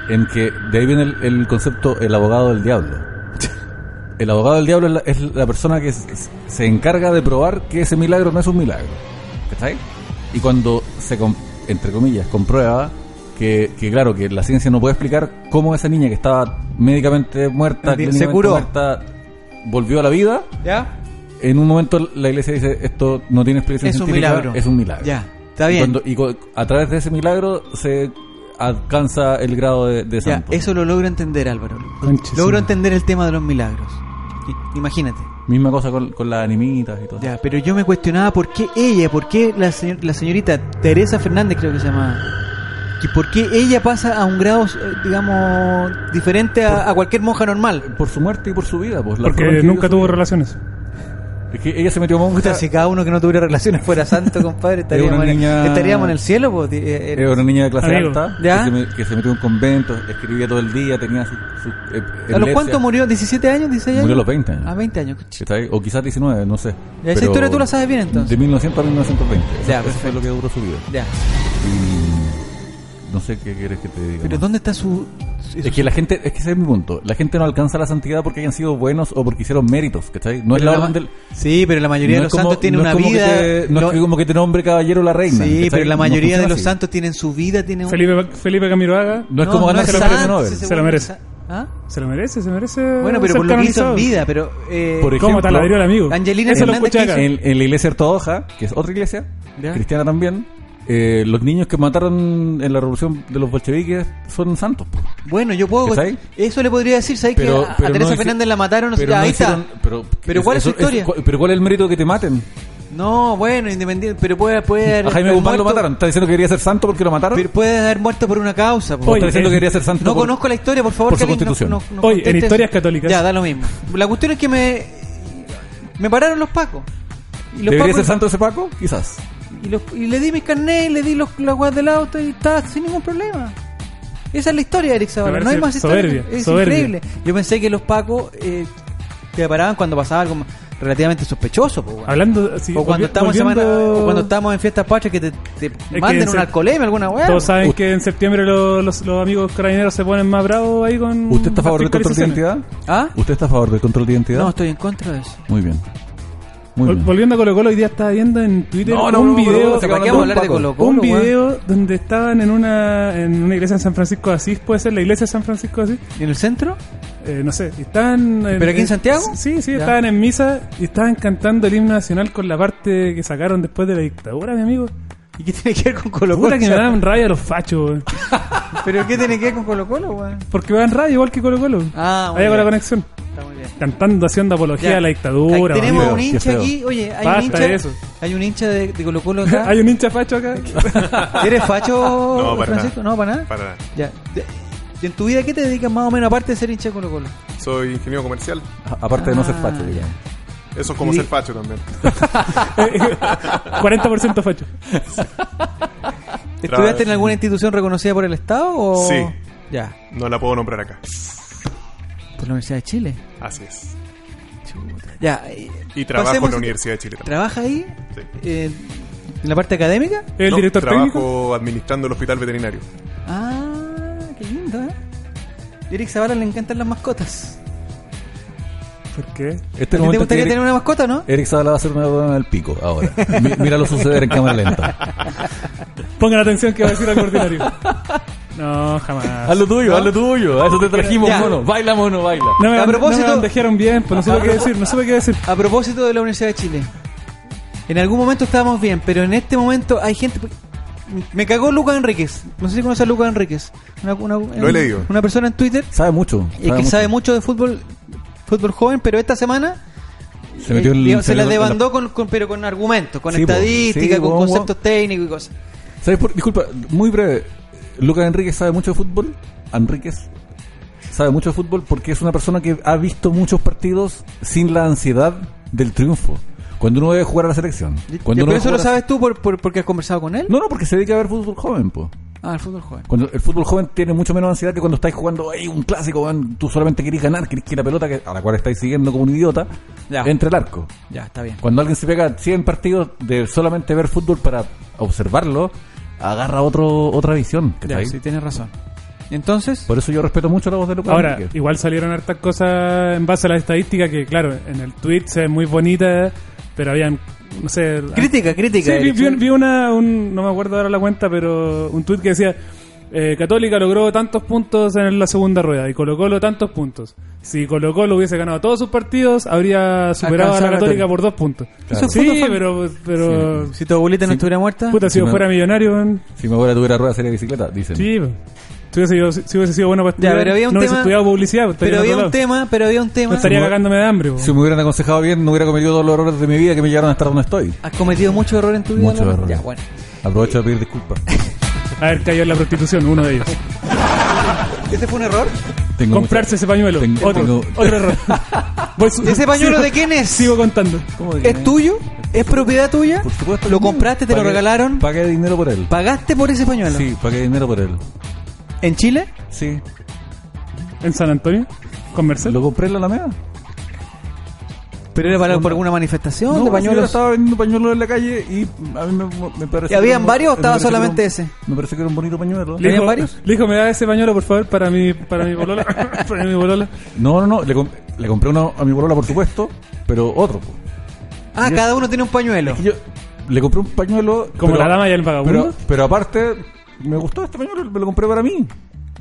en que de ahí viene el, el concepto el abogado del diablo. (laughs) el abogado del diablo es la, es la persona que s- s- se encarga de probar que ese milagro no es un milagro. ¿Cachai? Y cuando se, com- entre comillas, comprueba que, que, claro, que la ciencia no puede explicar cómo esa niña que estaba médicamente muerta,
Enti- se
clínicamente
curó.
muerta, volvió a la vida,
¿Ya?
en un momento la iglesia dice, esto no tiene explicación
Es un
científica,
milagro.
es un milagro.
Ya, está
Y,
bien.
cuando- y co- a través de ese milagro se alcanza el grado de, de
Ya,
santo.
eso lo logro entender, Álvaro.
Concha,
logro
sí.
entender el tema de los milagros. I- Imagínate.
Misma cosa con, con las animitas y todo.
Ya, pero yo me cuestionaba por qué ella, por qué la, señor- la señorita Teresa Fernández, creo que se llamaba, que por qué ella pasa a un grado, eh, digamos, diferente a, a cualquier monja normal.
Por su muerte y por su vida, pues. la forma en
Porque
que
nunca
vivió
tuvo
su vida.
relaciones.
Es que ella se metió monja.
Puta, si cada uno que no tuviera relaciones fuera
(laughs)
santo, compadre, estaríamos,
una
en,
niña-
estaríamos en el cielo. pues, eh, eh,
Era una niña de clase
Amigo.
alta
¿Ya?
Que, se me- que se metió en un convento, escribía todo el día, tenía su. su, eh,
¿A los
epilepsia.
cuántos murió? ¿17 años? ¿16 años?
Murió a los 20 años.
A 20 años.
Está ahí, O quizás 19, no sé.
Ya, esa historia tú la sabes bien, entonces.
De 1900 a 1920. Eso-
Ya,
eso fue
perfecto.
lo que duró su vida.
Ya.
No sé qué quieres que te diga.
Pero
más.
¿dónde está su...? su-
Es que la gente, es que ese es mi punto. La gente no alcanza la santidad porque hayan sido buenos o porque hicieron méritos, ¿cachai? No es la
Pero
orden del.
Sí, pero la mayoría
no
de
es
los
como-
santos tienen
no es
una
como que
vida...
te- no,
lo-
es que como que te nombre caballero la reina.
Sí,
¿cachai?
pero la
No
mayoría de
funciona
los
así.
santos tienen su vida, tienen... un-
Felipe, Felipe Camiroaga
No es como ganarse
es
el
santo,
premio Nobel.
ese
Se lo
weón
merece.
es sa- ¿Ah?
Se lo merece, se merece.
Bueno, pero
ser
por lo que hizo en
canonizado.
vida, pero... eh,
Por
¿Cómo
ejemplo,
taladrió el amigo?
Angelina
Eso lo
Fernández
escuché
que
acá.
En, en la iglesia ortodoxa, que es otra iglesia,
Ya.
cristiana también, eh, los niños que mataron en la revolución de los bolcheviques son santos. po.
Bueno, yo puedo...
¿Cachai?
Eso le podría decir, ¿sabes?
Pero,
que a- a,
pero no
Teresa
hici-
Fernández la mataron, no sé,
pero
ya,
no
ahí
hicieron-
está.
Pero,
Pero ¿cuál es su historia?
cu- pero ¿cuál es el mérito que te maten?
No, bueno, independiente, pero puede, puede haber...
A Jaime
haber
Guzmán lo
muerto-
mataron. ¿Está diciendo que quería ser santo porque lo mataron?
Pero puede haber muerto por una causa. po.
¿O
Oye,
está diciendo
eh,
que quería ser santo
No
por-
conozco la historia, por favor.
por su
que alguien
constitución.
nos- nos- nos
Oye, en
conteste eso.
historias católicas.
Ya, da lo mismo. La cuestión es que me. Me pararon los pacos. Y los
¿Debería
pacos-
ser santo ese Paco? Quizás.
Y, los- y le di mis carnet, le di los, las guas del auto y estaba sin ningún problema. Esa es la historia de Eric Zavala.
Me
No hay
parece
más historia.
soberbia,
es
soberbia.
increíble. Yo pensé que los pacos eh, te paraban cuando pasaba algo relativamente sospechoso. po, weón.
Hablando. sí,
o, cuando
volvi-
estamos en
volviendo-
semana- o cuando estamos en fiestas patrias que te, te
que
manden
ese-
un alcoholemia, alguna weá.
Todos saben
Ut-
que en septiembre los, los, los amigos carabineros se ponen más bravos ahí con.
¿Usted está a favor del
las
control de
fiscalizaciones.
identidad?
Mm, ¿Ah?
¿Usted está a favor del control de identidad?
No, estoy en contra de eso.
Muy bien. Muy
Vol-
bien.
Volviendo a Colo Colo, hoy día estaba viendo en Twitter
No, no,
un
no, no,
video.
no,
¿Para
no,
qué vamos a hablar de
Paco.
Colo Colo?
un
weón?
video donde estaban en una, en una iglesia en San Francisco de Asís, puede ser la iglesia de San Francisco de Asís,
¿En el centro?
Eh, no sé, y estaban...
¿Pero aquí en Santiago?
Sí, sí,
Ya.
estaban en misa y estaban cantando el himno nacional con la parte que sacaron después de la dictadura, mi amigo.
¿Y qué tiene que ver con Colo Colo?
Puta que me dan rabia los fachos, weón.
(laughs) ¿Pero qué tiene que ver con Colo Colo, weón?
porque me dan rabia igual que Colo Colo.
Ah, muy
Allá con la
bien.
conexión.
Está muy bien.
Cantando, haciendo apología
Ya.
a la dictadura.
Ahí tenemos
amigo.
un
Qué
hincha
feo.
aquí. ¿Ah? Oye, hay un
Basta
hincha.
de eso.
Hay un hincha de, de Colo Colo acá.
(laughs) Hay un hincha
(laughs)
facho acá.
¿Eres facho,
No, para
Francisco?
nada.
No, para nada.
Para nada.
Ya. De- ¿Y en tu vida qué te dedicas más o menos aparte de ser hincha de Colo Colo?
Soy ingeniero comercial.
A- Aparte de no ser
Ah,
facho,
ya.
digamos.
Eso es como
Sí.
ser facho también.
(laughs) 40% facho.
¿Estudiaste en alguna institución reconocida por el Estado o...?
Sí.
Ya.
No la puedo nombrar acá.
Por la Universidad de Chile.
Así es.
Ya. eh,
Y trabajo en la
pasemos-
Universidad de Chile también.
¿Trabaja ahí?
Sí.
Eh, ¿En la parte académica?
El
No,
director
trabajo
técnico.
administrando el hospital veterinario.
Ah, qué lindo, ¿eh? A Eric Zavala le encantan las mascotas.
¿Por qué?
¿A
Este es el
ti te
momento
gustaría
que
tener
Eric,
una mascota, no?
Eric Zavala va a hacer una dona al pico ahora. Mi- Míralo suceder en cámara
(laughs)
lenta.
Pongan atención que va a decir algo ordinario. No, jamás.
Haz lo tuyo, haz lo tuyo. A eso te trajimos,
Ya.
mono. Baila, mono, baila.
No me,
A
a
propósito-
propósito, no me dejaron bien, pues no supe qué decir, no supe qué decir.
A propósito de la Universidad de Chile. En algún momento estábamos bien, pero en este momento hay gente... Me cagó Lucas Enríquez. No sé si conoces a Lucas Enríquez. Una, una-
Lo he leído.
Una persona en Twitter
Sabe mucho.
eh, que
mucho.
sabe mucho de fútbol fútbol joven, pero esta semana
Se metió
eh,
en-
digamos, se
en
la
la-
debandó, con, con- pero con argumentos, con
Sí, po.
estadística,
Sí,
con
po,
conceptos técnicos y cosas.
¿Sabes por- Disculpa, muy breve. Lucas Enríquez sabe mucho de fútbol. Enríquez sabe mucho de fútbol porque es una persona que ha visto muchos partidos sin la ansiedad del triunfo. Cuando uno debe jugar a la selección.
Ya,
Cuando uno
pero
debe
eso lo
jugar a-
sabes tú por, por- porque has conversado con él.
No, no, porque se dedica a ver fútbol joven, po.
Ah, el fútbol joven.
Cuando el fútbol joven tiene mucho menos ansiedad que cuando estáis jugando ahí un clásico, weón, tú solamente querés ganar, querés que la pelota que- a la cual estáis siguiendo como un idiota
Ya.
entre el arco.
Ya, está bien.
Cuando alguien se pega 100 partidos de solamente ver fútbol para observarlo, agarra otro otra visión.
Ya,
¿cachai?
sí, tienes razón. Entonces,
Por eso yo respeto mucho la voz de Lucas
Ahora,
Enríquez.
igual salieron hartas cosas en base a las estadísticas que, claro, en el tweet se ven muy bonitas, pero habían, no sé...
crítica, crítica.
Sí, vi,
Eric.
vi- vi una, un- no me acuerdo ahora la cuenta, pero un tuit que decía, eh, Católica logró tantos puntos en la segunda rueda y Colo Colo tantos puntos. Si Colo Colo hubiese ganado todos sus partidos, habría superado
Alcanzaba
a
a
la Católica
Católica.
por dos puntos.
Claro. Eso fue
Sí,
fan-
pero... pero
Si tu abuelita no estuviera muerta,
Puta, si yo
Sí,
fuera millonario, weón,
Si mi abuela tuviera rueda sería bicicleta, dicen.
sí, weón. si hubiese, sido- si hubiese sido bueno para
Ya,
estudiar,
pero había un
no hubiese
tema-
estudiado publicidad, pues, estaría
pero
en
había
otro
un
lado.
tema, pero había un
No
tema.
estaría cagándome de hambre, weón.
Si me hubieran aconsejado bien, no hubiera cometido todos los errores de mi vida que me llevaron a estar donde estoy.
Has cometido mucho error en tu vida.
Muchos
¿no?
errores.
Ya, bueno.
Aprovecho de
(laughs)
pedir disculpas.
haber caído en la prostitución, uno de ellos.
¿Ese fue un error?
Tengo
Comprarse
muchas-
ese pañuelo,
Tengo-
otro,
tengo- (laughs)
(laughs)
otro error. Voy su-
¿Ese pañuelo
sigo-
de quién es?
Sigo contando.
¿Cómo que
¿Es
no?
tuyo? ¿Es propiedad tuya?
Por supuesto.
¿Lo
que no.
compraste, te lo
Pagué-
regalaron?
Pagué dinero por él.
¿Pagaste por ese pañuelo?
Sí, pagué dinero por él.
¿En Chile?
Sí.
¿En San Antonio? ¿Con Merced?
¿Lo compré en la Alameda?
¿Pero era para, por alguna manifestación de
si yo
pañuelos?
estaba vendiendo pañuelos en la calle y a mí me, me pareció...
¿Y habían
que un-
varios o
me
estaba
pareció que
solamente
era un-
ese?
Me pareció que era un bonito pañuelo.
Le dijo-
¿Tenían varios?
Le dijo, me da ese pañuelo, por favor, para mi, para mi bolola. (laughs) para mi bolola.
No, no, no. Le, com- le compré uno a mi bolola, por supuesto, pero otro. po.
Ah, cada uno tiene un pañuelo.
Y yo le compré un pañuelo...
¿Como la dama y el vagabundo?
Pero, pero aparte, me gustó este pañuelo, me lo compré para mí.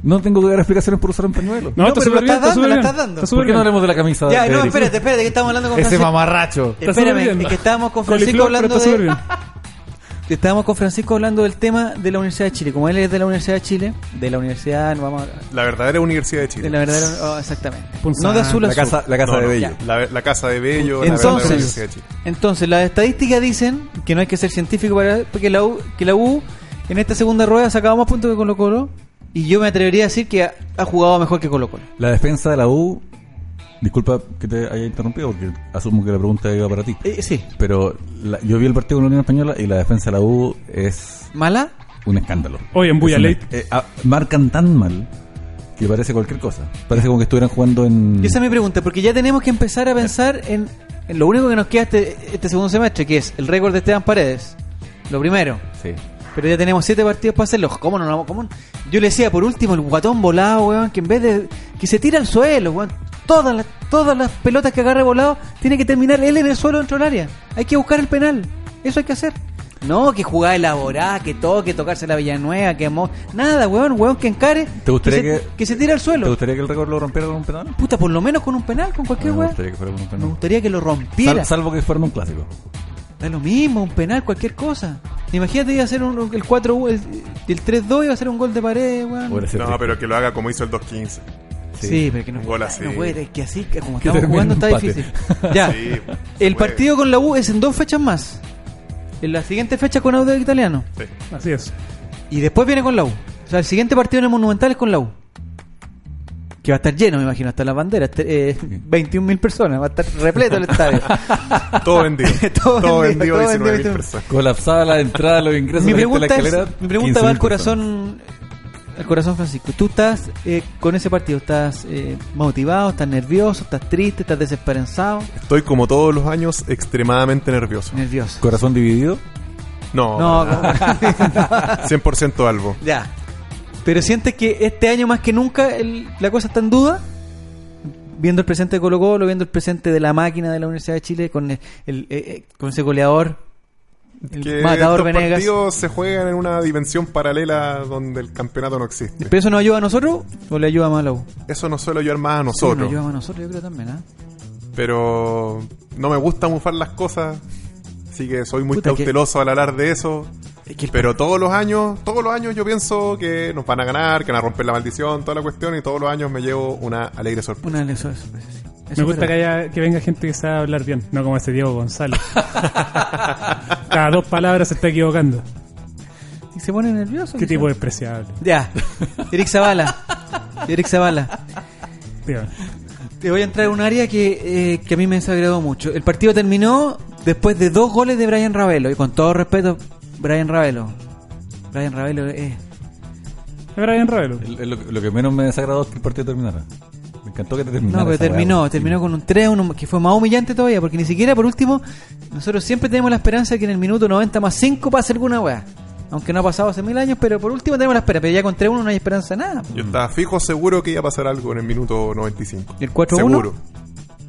No tengo que dar explicaciones por usar un pañuelo.
No,
No,
está
pero lo
súper bien,
estás
está súper
dando,
bien.
lo estás dando.
Está
¿Por
súper
qué no
bien.
hablamos de la camisa
Ya,
de
no,
Eric?
espérate, espérate, que estamos hablando con
Ese
Francisco.
mamarracho.
Está súper
Espérame,
bien.
es que estábamos con
Coliflor,
Francisco
pero
hablando
está súper
de...
bien.
Estábamos con Francisco hablando del tema de la Universidad de Chile. Como él es de la Universidad de Chile, de la Universidad, no vamos a-
La verdadera Universidad de Chile.
de la verdadera, oh, exactamente.
Punzán,
no de azul a
La
azul.
casa, la casa
No,
de
no,
Bello.
ya.
La, la casa de Bello, la verdadera
Entonces,
Universidad de Chile.
entonces, las estadísticas dicen que no hay que ser científico para que la U, que la U en esta segunda rueda sacaba más puntos que Colo Colo. Y yo me atrevería a decir que ha, ha jugado mejor que Colo Colo.
La defensa de la U, disculpa que te haya interrumpido porque asumo que la pregunta iba para ti.
Eh, sí.
Pero la- yo vi el partido con la Unión Española y la defensa de la U es
¿Mala?
un escándalo.
Oye, en
Es
Buya
un-
Late.
eh, ah, marcan tan mal que parece cualquier cosa. Parece como que estuvieran jugando en...
Y esa es mi pregunta, porque ya tenemos que empezar a pensar en, en lo único que nos queda este, este segundo semestre, que es el récord de Esteban Paredes. Lo primero.
Sí.
Pero ya tenemos siete partidos para hacerlos. ¿Cómo no nos vamos? cómo no? Yo le decía por último el guatón volado, weón, que en vez de. que se tira al suelo, weón. Todas las, todas las pelotas que agarre volado, tiene que terminar él en el suelo dentro del área. Hay que buscar el penal. Eso hay que hacer. No, que jugada elaborada, que toque, tocarse la Villanueva, que mo- Nada, weón, weón que encare.
¿Te gustaría
que, se,
que-
que se tire al
¿Te
suelo.
gustaría que el récord lo rompiera con un penal?
Puta, por lo menos con un penal, con cualquier
Ah, me
weón.
gustaría que fuera con un
Me
penal.
gustaría que lo
Sal-
rompiera.
salvo que fuera un clásico.
Da lo mismo, un penal, cualquier cosa. Imagínate iba a hacer un, el 4 el, el 3-2 iba a ser un gol de pared, weón.
Podría ser
No,
triste.
pero que lo haga como hizo el 2-15.
Sí, pero que no,
Un
puede-
gol así.
no puede, es que así, que como
Que
estamos
termine
jugando,
en
está
empate.
difícil.
(laughs)
Ya,
Sí, pues,
el
puede.
partido con la U es en dos fechas más. En la siguiente fecha con Audio Italiano.
Sí.
Así es.
Y después viene con la U. O sea, el siguiente partido en el Monumental es con la U. Que va a estar lleno, me imagino, hasta las banderas. te- eh, 21.000 personas, va a estar repleto el
(laughs)
estadio. (laughs)
Todo vendido.
Todo
todo,
vendido,
vendido,
todo
19.000
vendido.
personas.
Colapsada la entrada, los ingresos,
mi
la gente en
pregunta,
la
es-
escalera,
mi pregunta va al
15.000
corazón al corazón Francisco tú estás eh, con ese partido estás eh, motivado estás nervioso estás triste estás desesperanzado
Estoy como todos los años extremadamente nervioso.
nervioso
Corazón dividido.
No,
no,
no,
como-
(laughs)
100% algo.
ya pero sientes que este año más que nunca el- la cosa está en duda viendo el presente de Colo Colo viendo el presente de la máquina de la Universidad de Chile con el, el- eh, eh, con ese goleador el
Que
matador
estos
Venegas
partidos se juegan en una dimensión paralela donde el campeonato no existe.
pero eso nos ayuda a nosotros o le ayuda más a la U
Eso nos suele ayudar más
Sí,
a
nos
nosotros.
ayuda más a nosotros yo creo también ¿ah?
pero no me gusta mufar las cosas. Así que soy muy
Puta, que-
cauteloso al hablar de eso.
Es que el
Pero todos los años, todos los años yo pienso que nos van a ganar, que van a romper la maldición, toda la cuestión, y todos los años me llevo una alegre sorpresa.
Una de las sorpresas, sí. Eso
Me gusta
es
que,
verdad.
haya, que venga gente que sabe hablar bien, no como ese Diego González. Cada dos palabras se está equivocando.
Y se pone nervioso.
Qué
quizás.
tipo despreciable.
Ya. Eric
(laughs)
Zavala. Eric Zavala.
Tío.
Te voy a entrar en un área que, eh, que a mí me desagradó mucho. El partido terminó después de dos goles de Brian Ravelo. Y con todo respeto, Brian Ravelo. Brian Ravelo eh. es.
Mm, Es Brian Ravelo.
El- el- lo, que- lo que menos me desagradó es que el partido terminara. Me encantó que te terminara.
No, pero
esa weá,
terminó,
porque-
terminó con un 3 1 que fue más humillante todavía, porque ni siquiera por último, nosotros siempre tenemos la esperanza de que en el minuto 90 más 5 pase alguna weá. Aunque no ha pasado hace mil años, pero por último tenemos la espera. Pero ya con 3-1 no hay esperanza de nada.
Yo estaba fijo, seguro que iba a pasar algo en el minuto 95.
¿Y el 4-1?
Seguro.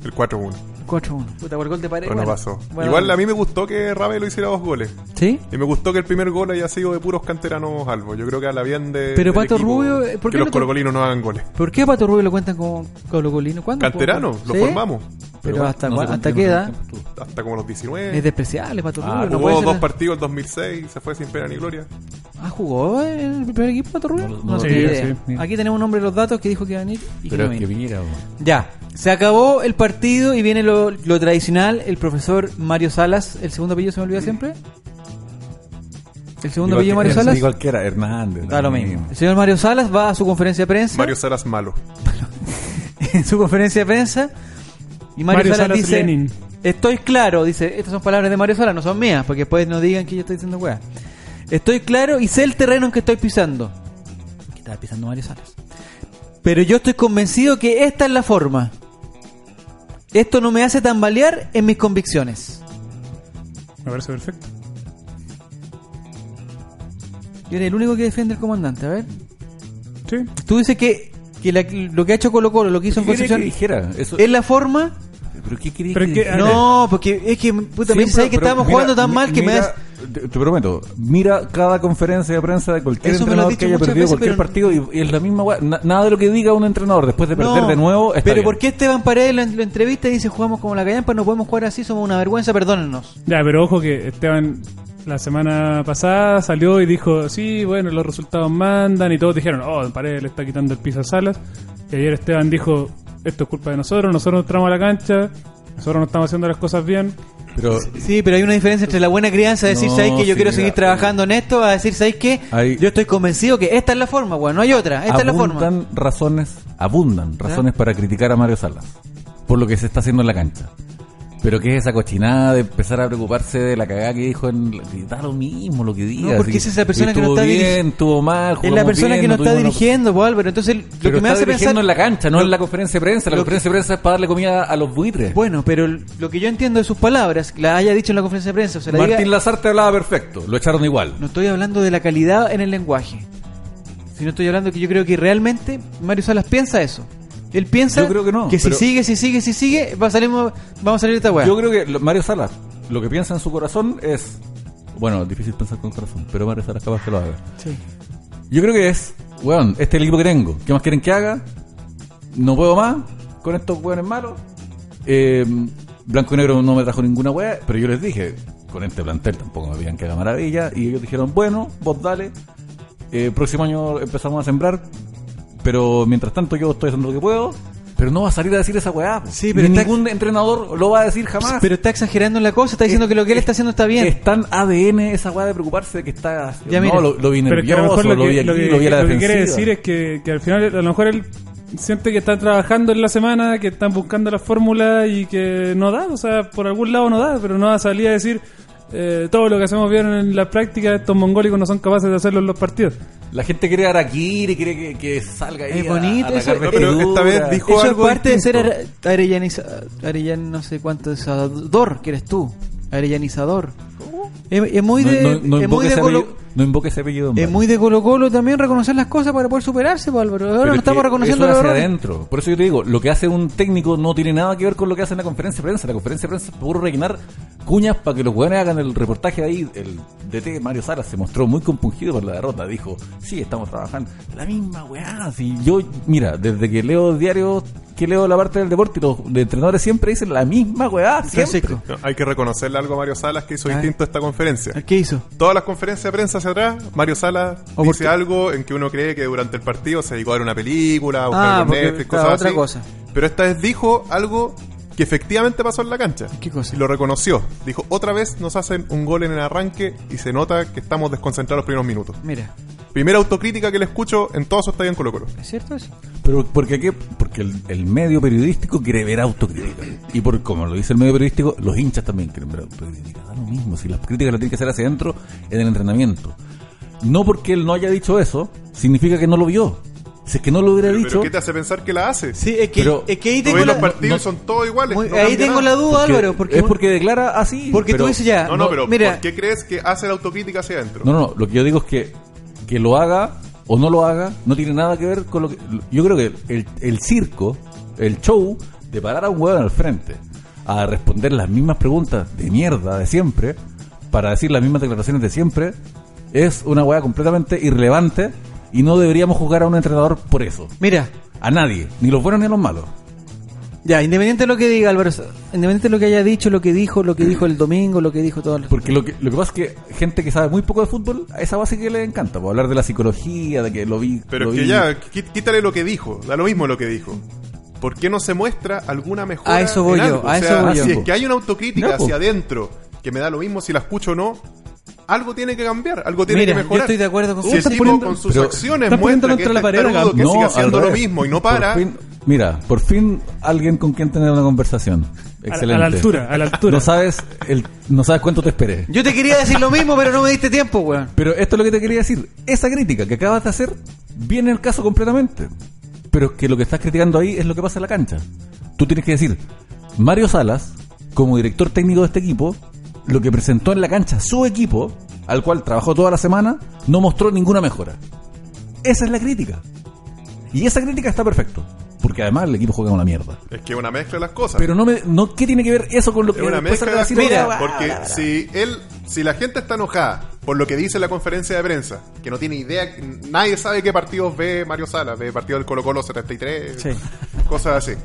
El 4-1.
4-1. Puta, por el gol de pared.
Pero no
bueno.
pasó.
Bueno.
Igual a mí me gustó que Rabe lo hiciera dos goles.
¿Sí?
Y me gustó que el primer gol haya sido de puros canteranos albos. Yo creo que habla bien de.
Pero
del
Pato
equipo,
Rubio, eh, ¿por qué
que
no
los
te-
corocolinos no hagan goles.
¿Por qué a Pato Rubio lo cuentan como Colo Colino? ¿Cuándo?
Canteranos, lo
¿Sí?
formamos.
Pero hasta,
No
cua-
sé
hasta
cuánto
qué edad.
tiempo estuvo.
Hasta como los 19.
Es despreciable Pato Rubio.
Ah,
no
Jugó
puede
dos
ser-
partidos en 2006, se fue sin pena ni gloria.
Ah, jugó en el primer equipo Pato Rubio.
No,
No,
no
lo
tenía
vi,
idea.
sí, mira.
Aquí tenemos un hombre de los datos que dijo que iba a venir y que
Pero
no
es que
vino.
Piñera, po.
Ya, se acabó el partido y viene lo, lo tradicional, el profesor Mario Salas, el segundo apellido se me olvida siempre. El segundo
Igual
apellido de
que-
Mario
sí,
Salas.
cualquiera, Hernández.
Da lo
también.
mismo. El señor Mario Salas va a su conferencia de prensa.
Mario Salas malo.
(laughs) En su conferencia de prensa. Y Mario,
Mario
Salas,
Salas
dice:
Lenin.
Estoy claro, dice. Estas son palabras de Mario Salas, no son mías, porque después no digan que yo estoy diciendo weá. Estoy claro y sé el terreno en que estoy pisando. Que estaba pisando Mario Salas. Pero yo estoy convencido que esta es la forma. Esto no me hace tambalear en mis convicciones.
Me parece perfecto.
Yo era el único que defiende el comandante. A ver,
Sí.
tú dices que, que la- lo que ha hecho Colo Colo, lo que hizo en
¿Qué quería que
Concepción,
dijera? Eso-
es la forma
¿Pero qué quería
Pero
que
es que-
dijera?
No, porque es que puta, me
Siempre,
dice ahí que
pero
estábamos
mira,
jugando tan
mi-
mal que me
mira,
das.
Te, te prometo, mira cada conferencia de prensa de cualquier
Eso me lo has
entrenador
dicho
que haya
muchas
perdido
veces,
cualquier
pero-
partido y, y es la misma gua- na- nada de lo que diga un entrenador después de perder
No,
de nuevo está
pero
bien.
¿por qué Esteban Paredes lo, en- lo entrevista y dice jugamos como la callampa, no podemos jugar así, somos una vergüenza, perdónennos?
Ya, pero ojo que Esteban la semana pasada salió y dijo, sí, bueno, los resultados mandan y todos dijeron, oh, Paredes le está quitando el piso a Salas. Y ayer Esteban dijo, esto es culpa de nosotros, nosotros entramos a la cancha, nosotros no estamos haciendo las cosas bien.
Pero
Sí, pero hay una diferencia entre la buena crianza, decir,
No,
¿sabes que yo
sí,
quiero
mira,
seguir trabajando en esto? A decir, ¿sabes qué?
Hay-
Yo estoy convencido que esta es la forma, weón, no hay otra, esta es la forma.
abundan razones, abundan razones para criticar a Mario Salas por lo que se está haciendo en la cancha. Pero que es esa cochinada de empezar a preocuparse de la cagada que dijo en la- que da lo mismo lo que diga.
porque
si-
es esa persona
si
que no
estuvo
está dirigi-
bien, estuvo mal,
Es
jugamos
la persona
bien,
que nos
no
está
tuvimos una-
dirigiendo, po, Álvaro. Entonces, lo
Pero
que me
está
hace pensar.
dirigiendo en la cancha, no en la conferencia de prensa. La
lo-
conferencia de prensa es para darle comida a los buitres.
Bueno, pero lo que yo entiendo de sus palabras, que la haya dicho en la conferencia de prensa, o sea, la
Martín
diga-
Lazarte hablaba perfecto, lo echaron igual.
No estoy hablando de la calidad en el lenguaje. Sino estoy hablando que yo creo que realmente Mario Salas piensa eso. Él piensa
Yo creo que no,
si
pero-
sigue, si sigue, si sigue, va a salir, vamos a salir de esta weá.
Yo creo que lo- Mario Salas, lo que piensa en su corazón es. Bueno, difícil pensar con corazón, pero Mario Salas capaz que lo haga.
Sí.
Yo creo que es, weón, este es el equipo que tengo. ¿Qué más quieren que haga? No puedo más con estos weones malos. Eh, Blanco y Negro no me trajo ninguna wea, pero yo les dije, con este plantel tampoco me veían que haga maravilla. Y ellos dijeron, bueno, vos dale. Eh, próximo año empezamos a sembrar, pero mientras tanto yo estoy haciendo lo que puedo. Pero no va a salir a decir esa weá. po.
Sí, pero
Ni
está-
ningún entrenador lo va a decir jamás.
Pero está exagerando en la cosa, está diciendo que lo que él está haciendo está bien.
Es tan ADN esa weá de preocuparse de que está.
Ya, mira.
no, lo, lo vi
Pero es que a lo
nervioso,
mejor
lo,
lo que,
vi aquí,
lo
lo,
que-
vi a la
lo que quiere
defensiva.
decir es que, que al final a lo mejor él siente que está trabajando en la semana, que están buscando la fórmula y que no da, o sea, por algún lado no da, pero no va a salir a decir eh, todo lo que hacemos bien en la práctica, estos mongólicos no son capaces de hacerlo en los partidos.
La gente quiere Araquiri, quiere que, que salga ahí.
Es bonito
atacar
eso.
No, pero
vestiduras.
esta vez dijo
Eso es
algo
parte
distinto.
de ser are- arellaniza- arellan no sé cuánto desador que eres tú. Areyanizador. Es, es muy
No-
de,
no- no
es muy
invoque
de
ese
Colo-
apellido- No invoque ese apellido.
es muy de Colo Colo también reconocer las cosas para poder superarse, po, Álvaro. Ahora
Pero
no
es
estamos
que
reconociendo
eso
los
es hacia
errores.
adentro. Por eso yo te digo, lo que hace un técnico no tiene nada que ver con lo que hace en la conferencia de prensa. La conferencia de prensa es puro rellenar cuñas para que los hueones hagan el reportaje ahí. El DT Mario Sara se mostró muy compungido por la derrota. Dijo, sí, estamos trabajando. La misma weá. Si yo, mira, desde que leo diarios, que leo la parte del deporte, los de entrenadores siempre dicen la misma weá. Siempre.
Francisco,
No, hay que reconocerle algo a Mario Salas que hizo
Ah.
distinto esta conferencia.
¿qué hizo?
Todas las conferencias de prensa hacia atrás, Mario Salas
¿O por qué?
dice algo en que uno cree que durante el partido se dedicó a ver una película, a buscar
Ah,
algo en
porque
Netflix,
estaba
cosas
otra
así.
cosa.
Pero esta vez dijo algo que efectivamente pasó en la cancha.
¿Qué cosa?
Y lo reconoció. Dijo, otra vez nos hacen un gol en el arranque y se nota que estamos desconcentrados los primeros minutos.
Mira,
Primera autocrítica que le escucho en todo su estadio en Colo Colo.
¿es cierto eso?
Pero porque qué? Porque el, el medio periodístico quiere ver autocrítica. Y por como lo dice el medio periodístico, los hinchas también quieren ver autocrítica. Da lo mismo, si las críticas las tienen que hacer hacia adentro en el entrenamiento. No porque él no haya dicho eso, significa que no lo vio. Si es que no lo hubiera
Pero, pero
dicho.
¿qué te hace pensar que la hace?
Sí, es que,
Pero-
es que ahí
Tú
tengo
ves
la,
los partidos
no-
y son todos iguales.
muy-
no
ahí
cambia
tengo la
nada.
duda,
porque-
Álvaro, porque,
es porque declara así.
porque
pero-
tú dices ya,
No, no, pero
mira,
¿por qué crees que hace la autocrítica hacia adentro?
No, no, no. Lo que yo digo es que que lo haga o no lo haga no tiene nada que ver con lo que. Yo creo que el, el circo, el show, de parar a un hueón al frente a responder las mismas preguntas de mierda de siempre, para decir las mismas declaraciones de siempre, es una hueá completamente irrelevante y no deberíamos juzgar a un entrenador por eso.
mira,
A nadie, ni los buenos ni los malos.
ya, independiente de lo que diga Álvaro, independiente de lo que haya dicho, lo que dijo, lo que dijo el domingo, lo que dijo todo el...
Porque lo que, lo que pasa es que gente que sabe muy poco de fútbol, a esa base que le encanta, por hablar de la psicología, de que lo vi.
Pero
lo
es que
vi.
ya, quí- quítale lo que dijo, da lo mismo lo que dijo. ¿Por qué no se muestra alguna mejora?
A eso voy
en
yo,
algo?
a
O
eso
sea,
voy yo.
Si es que hay una autocrítica
No, po.
hacia adentro, que me da lo mismo si la escucho o no, algo tiene que cambiar, algo tiene
Mira,
que
yo
mejorar.
estoy de acuerdo con-
si
Uy,
el
estás
tipo
poniendo-
con sus
pero-
acciones
estás
muestra
poniéndolo
que
entre
está
la pared,
estarudo, que
No,
sigue
al
haciendo lo
revés.
mismo y no
Por
para,
fin- mira, por fin alguien con quien tener una conversación.
A,
Excelente.
a la altura, a la altura.
No sabes, el, no sabes cuánto te esperé.
Yo te quería decir lo mismo, pero no me diste tiempo, weón.
Pero esto es lo que te quería decir. Esa crítica que acabas de hacer viene al caso completamente. Pero es que lo que estás criticando ahí es lo que pasa en la cancha. Tú tienes que decir, Mario Salas, como director técnico de este equipo, lo que presentó en la cancha su equipo, al cual trabajó toda la semana, no mostró ninguna mejora. Esa es la crítica. Y esa crítica está perfecto. Porque además el equipo juega una mierda.
es que es una mezcla de las cosas.
Pero no me, no, ¿qué tiene que ver eso con lo que
Es una
después
mezcla
sale
de
a
las
decir?
cosas,
Mira,
porque si él, si la gente está enojada por lo que dice en la conferencia de prensa, que no tiene idea, nadie sabe qué partidos ve Mario Salas, ve partido del Colo Colo 73,
Sí.
cosas así.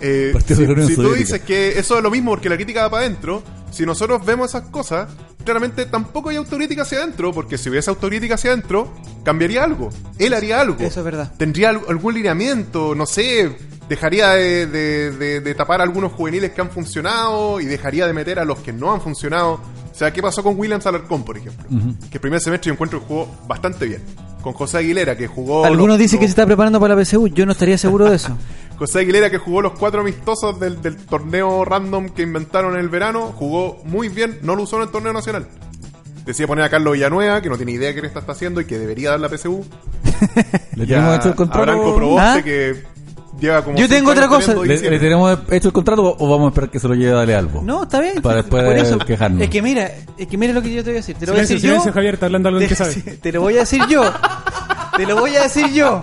Eh,
Partido de la Unión
si si tú
Soviética.
dices que eso es lo mismo porque la crítica va para adentro, si nosotros vemos esas cosas, claramente tampoco hay autocrítica hacia adentro, porque si hubiese autocrítica hacia adentro, cambiaría algo. Él haría algo.
Eso es verdad.
Tendría al- algún lineamiento, no sé, dejaría de, de- de- de tapar a algunos juveniles que han funcionado y dejaría de meter a los que no han funcionado. O sea, ¿qué pasó con Williams Alarcón, por ejemplo? Que el primer semestre yo encuentro que jugó bastante bien. Con José Aguilera, que
(laughs)
jugó...
Algunos
los-
dicen que
los-
se está preparando para la PSU, yo no estaría seguro de eso.
José Aguilera, que jugó los cuatro amistosos del, del torneo random que inventaron en el verano, jugó muy bien, no lo usó en el torneo nacional. Decía poner a Carlos Villanueva, que no tiene idea de qué le está haciendo y que debería dar la PSU.
le
Ya
tenemos hecho el contrato.
A Branco Proboste,
¿Ah?
que lleva como.
Yo tengo
cinco
otra
años
cosa.
teniendo
¿Le, le
diciembre.
tenemos hecho el contrato o o vamos a esperar que se lo lleve Dale Albo?
No, está bien. pues,
Para después
Por eso,
quejarnos.
Es que mira, es que mira lo que yo te voy a decir. Te lo voy a decir
silencio, silencio,
yo.
Javier, está
(laughs)
hablando alguien que sabe.
Te, te lo voy a decir yo. Te lo voy a decir yo.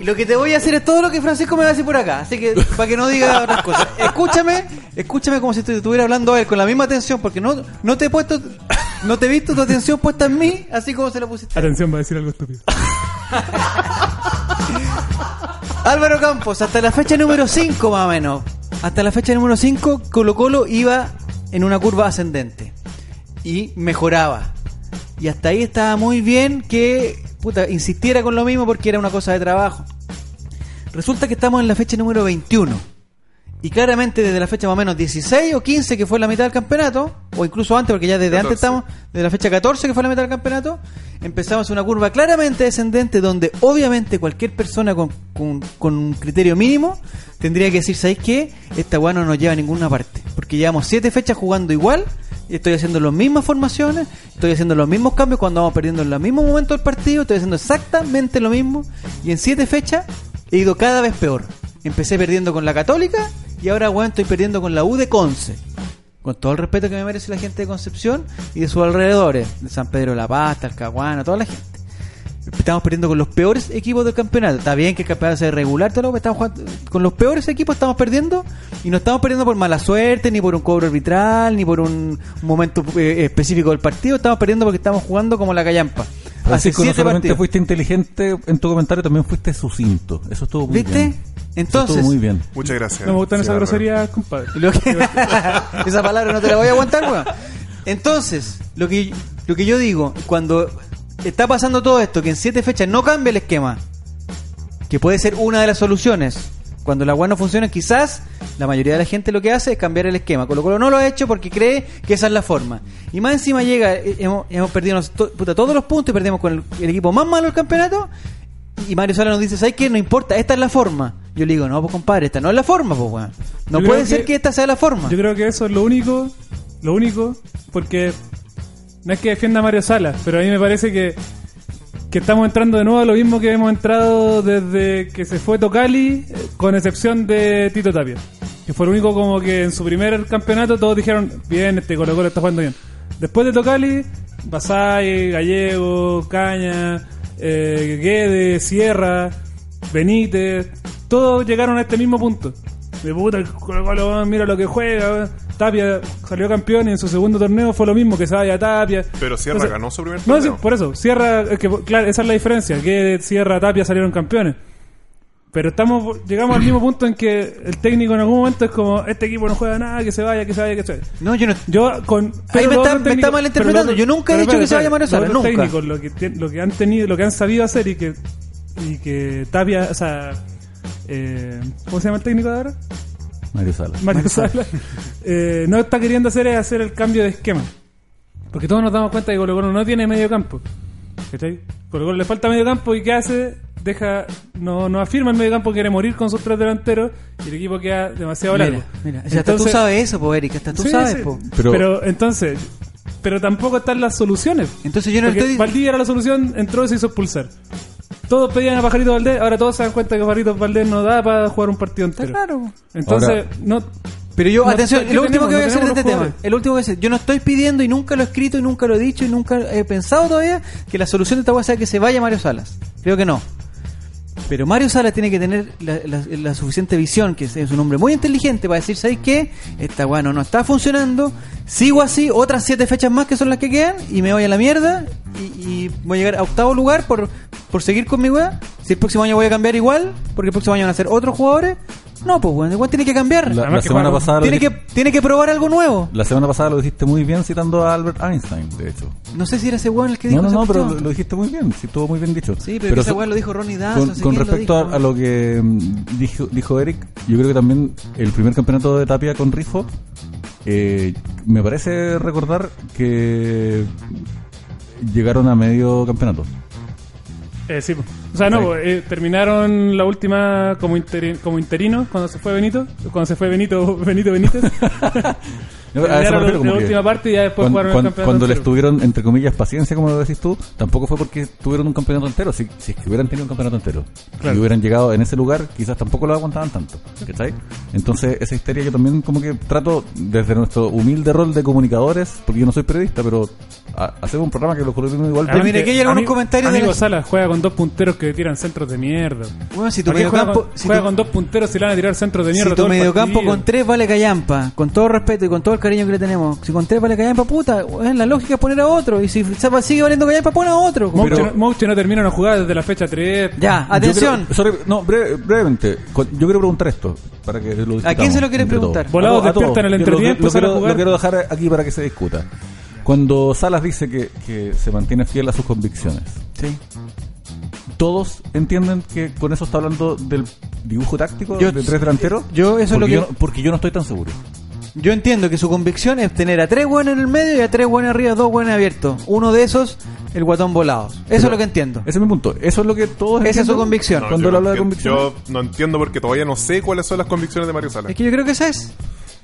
Y lo que te voy a hacer es todo lo que Francisco me va a decir por acá. Así que, para que no diga otras cosas. Escúchame, escúchame como si te estuviera hablando a él con la misma atención, porque no, no te he puesto, no te he visto tu atención puesta en mí, así como se la pusiste. a él.
Atención, va a decir algo estúpido.
Álvaro Campos, hasta la fecha número 5 más o menos. Hasta la fecha número 5, Colo Colo iba en una curva ascendente y mejoraba. Y hasta ahí estaba muy bien que puta, insistiera con lo mismo porque era una cosa de trabajo. Resulta que estamos en la fecha número 21. Y claramente desde la fecha más o menos 16 o 15 que fue la mitad del campeonato, o incluso antes porque ya desde antes
14.
estamos, desde la fecha 14 que fue la mitad del campeonato, empezamos una curva claramente descendente donde obviamente cualquier persona con, con- con un criterio mínimo tendría que decir, ¿sabéis qué? Esta weá no nos lleva a ninguna parte. Porque llevamos 7 fechas jugando igual, estoy haciendo las mismas formaciones, estoy haciendo los mismos cambios cuando vamos perdiendo en los mismos momentos del partido, estoy haciendo exactamente lo mismo y en 7 fechas he ido cada vez peor. Empecé perdiendo con la Católica y ahora, weón, estoy perdiendo con la U de Conce. Con todo el respeto que me merece la gente de Concepción y de sus alrededores, de San Pedro de la Pasta, Alcahuana, toda la gente. Estamos perdiendo con los peores equipos del campeonato. Está bien que el campeonato sea regular, todo lo que estamos jugando- con los peores equipos estamos perdiendo y no estamos perdiendo por mala suerte, ni por un cobro arbitral, ni por un momento eh, específico del partido. Estamos perdiendo porque estamos jugando como la callampa. Hace
Francisco, no
siete
solamente
partidos.
fuiste inteligente en tu comentario, también fuiste sucinto. Eso estuvo muy
¿Viste?
bien.
Entonces-
Eso estuvo muy bien.
Muchas gracias.
No me gustan
Sí,
esas
Álvaro.
groserías, compadre.
Y (laughs) lo que- esa palabra no te la voy a aguantar, weón. Entonces, lo que, lo que yo digo, cuando está pasando todo esto, que en siete fechas no cambia el esquema, que puede ser una de las soluciones. Cuando la agua no funciona, quizás la mayoría de la gente lo que hace es cambiar el esquema. Colo Colo no lo ha hecho porque cree que esa es la forma. Y más encima llega, eh, hemos, hemos perdido nos- to- puta, todos los puntos y perdemos con el, el equipo más malo del campeonato. Y Mario Sala nos dice, ¿sabes qué? No importa, esta es la forma. Yo le digo, no, pues compadre, esta no es la forma, pues weón. No
Yo
puede
creo
ser
que-
que esta sea la forma.
Yo creo que eso es lo único, lo único, porque no es que defienda a Mario Salas, pero a mí me parece que que estamos entrando de nuevo a lo mismo que hemos entrado desde que se fue Tocali, eh, con excepción de Tito Tapia. Que fue el único como que en su primer campeonato todos dijeron, bien, este Colo Colo está jugando bien. Después de Tocali, Basay, Gallego, Caña, eh, Guedes, Sierra, Benítez, todos llegaron a este mismo punto. De puta, el Colo Colo, mira lo que juega. weón. Tapia salió campeón y en su segundo torneo fue lo mismo que se vaya Tapia.
Pero Sierra
Entonces-
ganó su primer
no,
torneo.
sí, por eso. Sierra, es que, claro, esa es la diferencia. Que Sierra, Tapia salieron campeones. Pero estamos llegamos al mismo punto en que el técnico en algún momento es como: este equipo no juega nada, que se vaya, que se vaya, que se vaya.
No, yo no.
Yo con. pero
me
los
está-
otros
me está
técnicos-
malinterpretando.
pero los
Yo nunca he
pero
dicho que se va a
espera,
llamar
los
Osara,
otros
nunca.
técnicos, lo que, tien- lo que han tenido, lo que han sabido hacer y que. Y que Tapia, o sea. eh, ¿Cómo se llama el técnico de ahora?
Mario Sala.
Mario Sala, eh, no está queriendo hacer es hacer el cambio de esquema. Porque todos nos damos cuenta que Colo Colo no tiene medio campo. ¿Cachai? Colo Colo le falta medio campo y ¿qué hace? Deja, no, no afirma el medio campo, quiere morir con sus tres delanteros y el equipo queda demasiado largo.
Mira, mira, ya hasta tú sabes eso, po, Eric, hasta tú
Sí,
sabes,
sí.
po.
Pero,
Pero-
entonces, pero tampoco están las soluciones.
Entonces yo no
Porque
estoy-
Valdivia era la solución, entró y se hizo expulsar. Todos pedían a Pajarito Valdés, ahora todos se dan cuenta que Pajarito Valdés no da para jugar un partido entero.
claro, po.
Entonces,
Ahora-
no
Pero yo,
No,
atención,
¿qué
el último
tenemos?
que voy a
No
hacer de
tenemos
este
los
tema,
jugadores.
el último que voy a hacer, yo no estoy pidiendo y nunca lo he escrito y nunca lo he dicho y nunca he pensado todavía que la solución de esta cosa sea que se vaya Mario Salas. Creo que no. Pero Mario Salas tiene que tener la, la- la suficiente visión, que es, es un hombre muy inteligente, para decir, ¿sabéis qué? Esta bueno no está funcionando, sigo así, otras siete fechas más que son las que quedan, y me voy a la mierda, y, y voy a llegar a octavo lugar por, por seguir con mi weá. Si el próximo año voy a cambiar igual, porque el próximo año van a ser otros jugadores, no, pues bueno, igual tiene que cambiar.
La,
Además
la
que
semana
Juan-
pasada lo
Tiene que,
dij-
tiene que probar algo nuevo.
la semana pasada lo dijiste muy bien citando a Albert Einstein, de hecho.
No sé si era ese weón el que dijo
No, no,
esa
no, pero lo,
cuestión.
lo dijiste muy bien, sí, estuvo muy bien dicho.
Sí, pero, que ese
se-
weón lo dijo Ronnie Daz.
con,
no sé
con
quién
respecto
dijo.
a, a lo que mm, dijo, dijo Eric, yo creo que también el primer campeonato de Tapia con Rifo, eh, me parece recordar que llegaron a medio campeonato.
Eh, sí, po. o sea, no, po, eh, terminaron la última como, interi- como interino cuando se fue Benito, cuando se
(laughs)
fue Benito, Benito Benítez.
No, a eso me
Terminaron
refiero,
la-
como
la
que
última parte y ya después
cuan-
jugaron el
cuan-
campeonato
cuando les
entero.
tuvieron, entre comillas, paciencia, como lo decís tú, tampoco fue porque tuvieron un campeonato entero. Si, si es que hubieran tenido un campeonato entero
Claro.
y hubieran llegado en ese lugar, quizás tampoco lo aguantaban tanto. ¿cachai? Entonces, esa histeria yo también, como que trato desde nuestro humilde rol de comunicadores, porque yo no soy periodista, pero ha- hacemos un programa que lo colocamos igual.
Pero
Además
mire, aquí hay algunos
ami-
comentarios de
Amigo
la-
Salas juega con dos punteros que tiran centros de mierda.
Bueno, si tu
¿Para qué juega
mediocampo-
con,
si
juega
tu-
con dos punteros y le van a tirar centros de mierda.
Si
todo
tu
el
mediocampo
partido?
con tres vale callampa, con todo respeto y con todo el cariño que le tenemos, si con tres vale callampa, puta, weón, la lógica es poner a otro. Y si se- sigue valiendo callampa, pon a otro.
Mouche
Pero-
no- Mouche no termina una jugada desde la fecha 3.
Ya,
Yo quiero-
atención.
sorry, no, breve- brevemente. con- Yo quiero preguntar esto. Para
¿A
que lo
quién se lo
discutamos
quieres
entre
preguntar?
todos.
Volados
A todos, a todos.
despiertan en el
Yo lo-
entretiempo,
lo,
salen a
quiero,
jugar.
lo quiero dejar aquí para que se discuta. Cuando Salas dice que, que se mantiene fiel a sus convicciones,
Sí.
¿todos entienden que con eso está hablando del dibujo táctico
Yo- eh,
de tres delanteros?
yo eso es lo
Porque
que-
yo no- porque yo no estoy tan seguro.
Yo entiendo que su convicción es tener a tres buenos en el medio y a tres buenos arriba, dos buenos abiertos. Uno de esos, el guatón volados. Eso es lo que entiendo.
Ese es mi punto. Eso es lo que todos
Esa es su
entienden
convicción. No,
Cuando
yo
él habla de
entiendo-
convicción.
Yo no entiendo porque todavía no sé cuáles son las convicciones de Mario Sala.
Es que yo creo que esa es.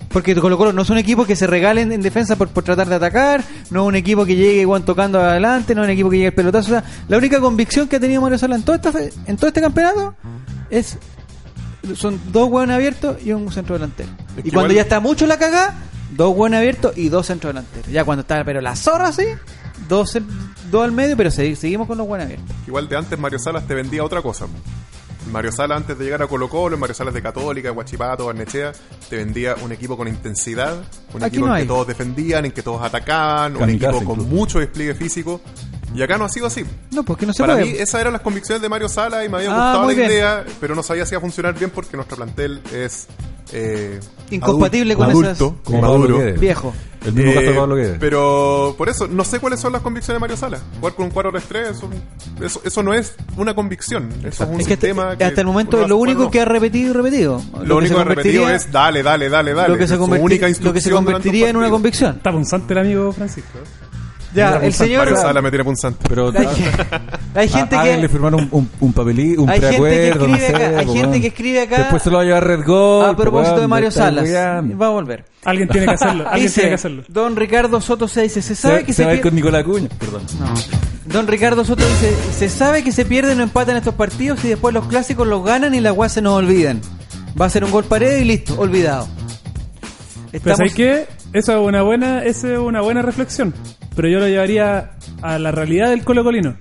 Porque Colo Colo no es un equipo que se regalen en defensa por, por tratar de atacar, no es un equipo que llegue igual tocando adelante, no es un equipo que llegue el pelotazo. O sea, la única convicción que ha tenido Mario Sala en todo, esta fe- en todo este campeonato es son dos hueones abiertos y un centro delantero.
Es
y
que
cuando
igual-
ya está mucho la cagada, dos hueones abiertos y dos centros delanteros. Ya cuando está, pero la zorra sí, dos, cen- dos al medio, pero segui- seguimos con los hueones abiertos.
Igual de antes Mario Salas te vendía otra cosa. Mario Salas antes de llegar a Colo Colo, Mario Salas de Católica, Guachipato, Barnechea, te vendía un equipo con intensidad, un
Aquí
equipo
no
en
hay.
que todos defendían, en que todos atacaban, un
Kamikaze
equipo con
incluso.
mucho despliegue físico. Y acá no ha sido así.
No, porque no se
Para
puede.
mí esas eran las convicciones de Mario Sala y me había
Ah,
gustado
muy
la
bien.
idea, pero no sabía si iba a funcionar bien porque nuestro plantel es... eh,
Incompatible
adulto,
con
adulto,
Como Pablo
maduro.
Guedes.
Viejo.
El mismo caso
Eh,
de Pablo Guedes.
Pero por eso, no sé cuáles son las convicciones de Mario Sala. Jugar con un 4-3-3, eso, eso, eso no es una convicción. Eso es un
Es que hasta,
sistema que
hasta el momento
uno
es lo
hace
único
cuando-
que ha repetido y repetido.
Lo, único
se
que ha repetido
convertiría-
es dale, dale, dale, dale.
lo que, se
Su
convertir-
única
lo que se
instrucción
convertiría en una
durante un partido.
convicción.
Está punzante el amigo Francisco.
Ya, el señor.
Mario Sala me tiene punzante.
Pero
Hay,
(laughs)
(laughs) hay gente
Ah, háganle
que.
firmar un, un, un papelí- un
Hay gente que
preacuerdo,
escribe
no sé,
acá- hay
po,
gente
weón.
que escribe acá- Ah,
Después se lo va a llevar Red Gold.
A propósito
po,
de
weón,
Mario
me estás
Salas.
weando.
Va a volver.
Alguien tiene que hacerlo. Alguien tiene
Dice
que hacerlo.
Don Ricardo Soto se dice: Se sabe
Se-
que
se
se,
va a ir
pier-
con Nicolás Cuña. Perdón.
No. Don Ricardo Soto dice, se sabe que se pierden o empatan estos partidos y después los clásicos los ganan y las guas se nos olvidan. Va a ser un gol pared y listo, olvidado.
Pues
Estamos-
hay que eso es una buena, esa es una buena reflexión. Pero yo lo llevaría a la realidad del Colo Colino.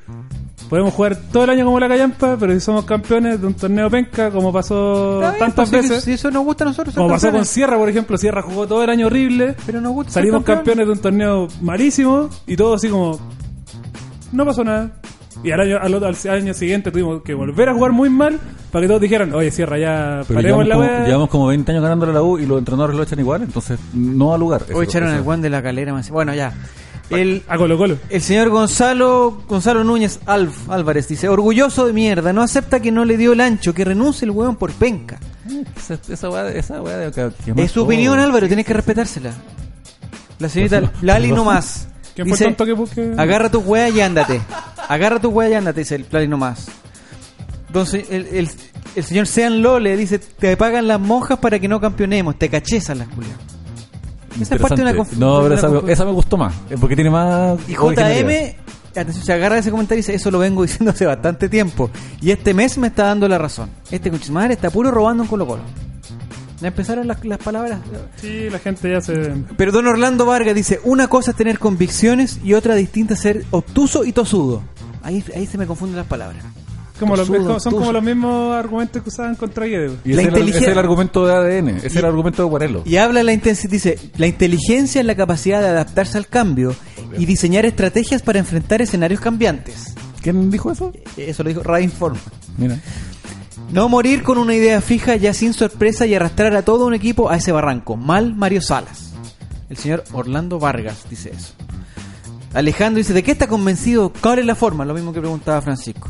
Podemos jugar todo el año como la callampa, pero si somos campeones de un torneo penca, como pasó
Está bien,
tantas
pues, si-
veces,
Si eso nos gusta a nosotros, ser
como pasó con
campeones.
Sierra, por ejemplo, Sierra jugó todo el año horrible,
Pero nos gusta ser
salimos
campeones.
campeones de un torneo malísimo y todo así como no pasó nada. Y al año, al, otro- al año siguiente tuvimos que volver a jugar muy mal para que todos dijeran, oye Sierra, ya
Pero
paremos
llevamos,
la
como,
wea".
llevamos como 20 años ganándole a la U y los entrenadores lo echan igual, entonces no al lugar. Eso-
Hoy echaron
eso-
el guan de la calera. más- Bueno, ya. El,
a Colo Colo.
El señor Gonzalo Gonzalo Núñez Alf, Álvarez dice, orgulloso de mierda, no acepta que no le dio el ancho, que renuncie el huevón por penca.
Esa, esa weá, esa weá de que- que
Es su
todo.
opinión, Álvaro, tienes que respetársela. La
Pues
señorita Lali nomás.
¿Quién fue el tonto que busque?
Agarra tu hueá y ándate. Agarra tu hueá y ándate, dice el Lali nomás. Entonces, el, el- el señor Sean Lole dice, te pagan las monjas para que no campeonemos, te cachezas las culias. Esa es parte de una
Interesante.
conf-
No, pero
de una
esa,
conf-
esa me gustó más, eh, porque tiene más.
Y
originalidad.
JM, atención, se agarra ese comentario y dice, eso lo vengo (laughs) diciendo hace bastante tiempo. Y este mes me está dando la razón. Este conchimadre está puro robando en Colo Colo. Ya empezaron las, las palabras.
Sí, la gente ya se
Pero don Orlando Vargas dice, una cosa es tener convicciones y otra distinta es ser obtuso y tosudo. Ahí, ahí se me confunden las palabras.
Como los-
Tosudo,
son como
tosudo.
los mismos argumentos que usaban contra Guedes.
La
Y ese, es el-
inteligencia-
ese es el argumento de ADN, ese es el argumento de Guarelo.
Y habla la intensidad, dice, la inteligencia es la capacidad de adaptarse al cambio y diseñar estrategias para enfrentar escenarios cambiantes. E-,
¿Quién dijo eso?
Eso lo dijo Radinform.
Mira.
No morir con una idea fija ya sin sorpresa y arrastrar a todo un equipo a ese barranco. Mal Mario Salas. El señor Orlando Vargas dice eso. Alejandro dice, ¿de qué está convencido? ¿Cuál es la forma? Lo mismo que preguntaba Francisco.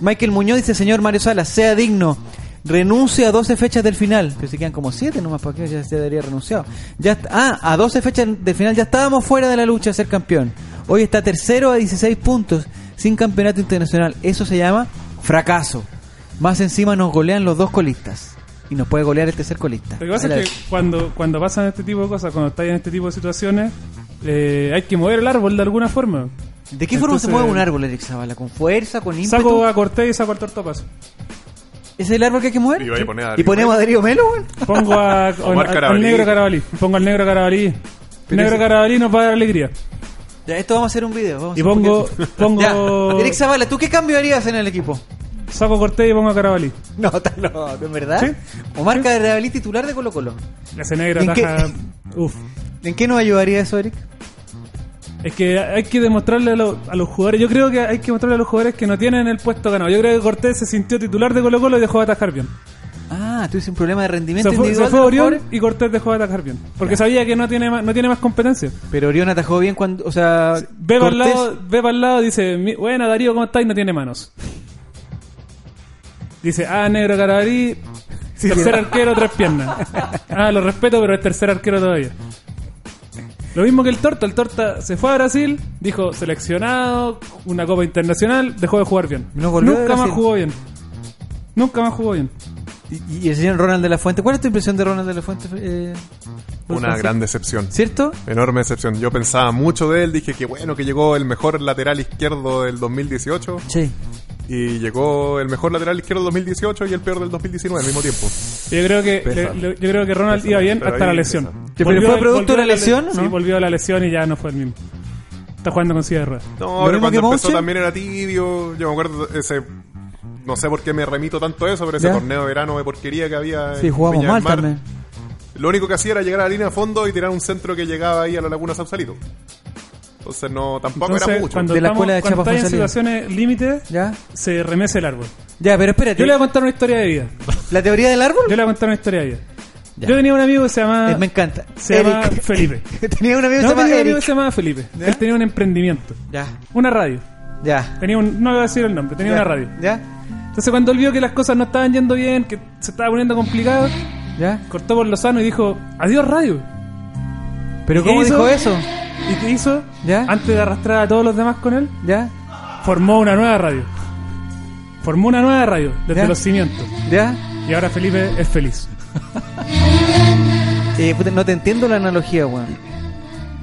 Michael Muñoz dice, señor Mario Salas, sea digno. Renuncie a 12 fechas del final. Pero se quedan como 7 nomás, ¿para qué ya se debería renunciado? Ya, est- ah, a 12 fechas del final ya estábamos fuera de la lucha a ser campeón. Hoy está tercero a 16 puntos, sin campeonato internacional. Eso se llama fracaso. Más encima nos golean los dos colistas. Y nos puede golear el tercer colista.
Lo que pasa
Ahí la-
es que cuando, cuando pasan este tipo de cosas, cuando estáis en este tipo de situaciones, eh, hay que mover el árbol de alguna forma.
¿De qué forma se
Entonces-
mueve un árbol, Eric Zavala? ¿Con fuerza? ¿Con ímpetu?
Saco a Cortés y saco al Tortopaso.
¿Es el árbol que hay que mover?
Y vaya a poner a
¿Y
Darío
ponemos a Darío Melo, güey?
Pongo a,
Omar
al- al
Carabalí.
negro Carabalí. Pongo al negro Carabalí.
Pero
negro
ese-
Carabalí nos va a dar alegría.
Ya, esto vamos a hacer un video. vamos a
Y
hacer un
pongo-
podcast.
pongo-
Ya. Eric Zavala, ¿tú qué cambio harías en el equipo?
Saco a Cortés y pongo a Carabalí.
No, ta- no, ¿en verdad?
Sí.
Omar Carabalí, titular de Colo Colo.
Ese negro
¿Y en qué-
ataja. Uf.
¿En qué nos ayudaría eso, Eric?
Es que hay que demostrarle a, lo- a los jugadores. Yo creo que hay que mostrarle a los jugadores que no tienen el puesto ganado. Yo creo que Cortés se sintió titular de Colo Colo y dejó de atajar bien.
Ah, tuviste un problema de rendimiento
Se fue, se
individual.
fue
de los
Orión
jugadores.
y Cortés dejó de atajar bien. Porque sabía que no tiene más, no tiene más competencia.
Pero Orión atajó bien cuando. O sea.
Ve para, el
Cortés-
lado, ve para el lado, dice, "Mi- bueno, Darío, ¿cómo estáis? No tiene manos. Dice, ah, negro Carabalí, tercer arquero, tres piernas. Ah, lo respeto, pero es tercer arquero todavía. Lo mismo que el Torta, el Torta se fue a Brasil, dijo, seleccionado, una copa internacional, dejó de jugar bien.
No volvió de
Nunca más
Brasil.
jugó bien. Nunca más jugó bien.
Y, y el señor Ronald de la Fuente. ¿Cuál es tu impresión de Ronald de la Fuente? eh,
Una
Francisco?
gran decepción.
¿Cierto?
Enorme decepción. Yo pensaba mucho de él, dije que bueno, que llegó el mejor lateral izquierdo del 2018
Sí.
y llegó el mejor lateral izquierdo del 2018 y el peor del 2019 al mismo tiempo.
Yo creo que,
Pesa.
le- le- yo creo que Ronald
Pesa,
iba bien
pero
hasta
ahí
la lesión.
pesa.
Sí, pero fue producto
volvió
de la
le-
lesión, ¿no?
Sí, volvió a la lesión y ya no fue el mismo. Está jugando con silla de ruedas.
¿Lo
No, pero
mismo que
cuando empezó
Mouche?
también era tibio. Yo me acuerdo ese no sé por qué me remito tanto a eso, pero ese
¿Ya?
torneo de verano de porquería que había
Sí,
en
jugamos
Viña
mal
del Mar.
también.
Lo único que hacía era llegar a la línea de fondo y tirar un centro que llegaba ahí a la Laguna Sausalito. Entonces no tampoco era
Entonces,
mucho.
cuando
De la
estamos-
escuela de
cuando
Chiapas
estáis en
fue
situaciones límite,
¿Ya?
se remece el árbol.
Ya, pero espérate.
Yo le voy a contar una historia de vida.
¿La teoría del árbol?
Yo le voy a contar una historia de vida.
Ya.
Yo tenía un amigo que se llamaba...
Eh, me encanta.
Se llama Felipe.
(laughs) tenía un amigo que
No,
se llama
tenía un amigo que
Eric.
se llamaba Felipe.
¿Ya?
Él tenía un emprendimiento.
Ya,
Una radio.
ya.
Tenía un... No voy a decir el nombre. Tenía
ya,
una radio.
Ya,
Entonces cuando él vio que las cosas no estaban yendo bien, que se estaba poniendo complicado,
ya.
cortó por Lozano y dijo, adiós radio.
¿Pero
¿Y qué
cómo
hizo?
dijo eso?
¿Y qué hizo?
¿Ya?
Antes de arrastrar a todos los demás con él,
Ya,
formó una nueva radio. Formó una nueva radio desde
¿Ya?
los cimientos.
ya.
Y ahora Felipe es feliz.
Eh, puta, no te entiendo la analogía, weón.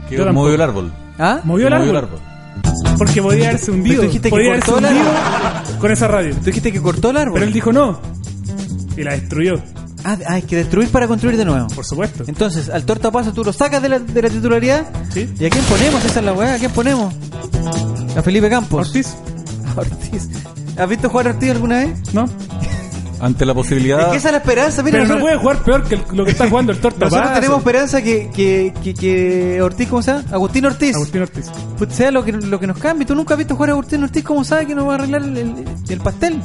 Que
Yo tampoco.
movió el árbol.
¿Ah?
Movió el árbol. Porque podía haberse
Pero
hundido.
tú dijiste que
Podía haberse
cortó la-
hundido con esa radio.
Tú dijiste que cortó el árbol.
Pero él dijo no. Y la destruyó,
Ah, ah, hay que destruir para construir de nuevo.
por supuesto.
Entonces, al tortapaso tú lo sacas de la, de la titularidad.
Sí.
¿Y a quién ponemos? Esa es la weá. ¿A quién ponemos? A Felipe Campos.
Ortiz,
A (laughs) Ortiz. ¿Has visto jugar a Ortiz alguna vez?
¿no?
Ante la
Es
posibilidad.
que esa es la esperanza. Mira,
Pero no
nosotros,
puede jugar peor que el- lo que está jugando el torta.
nosotros
Paz,
tenemos esperanza que, que, que, que Ortiz, ¿cómo se llama? Agustín Ortiz.
Agustín Ortiz.
Put- sea lo que, lo que nos cambie. Tú nunca has visto jugar a Agustín Ortiz. ¿Cómo sabes que nos va a arreglar el, el- el pastel?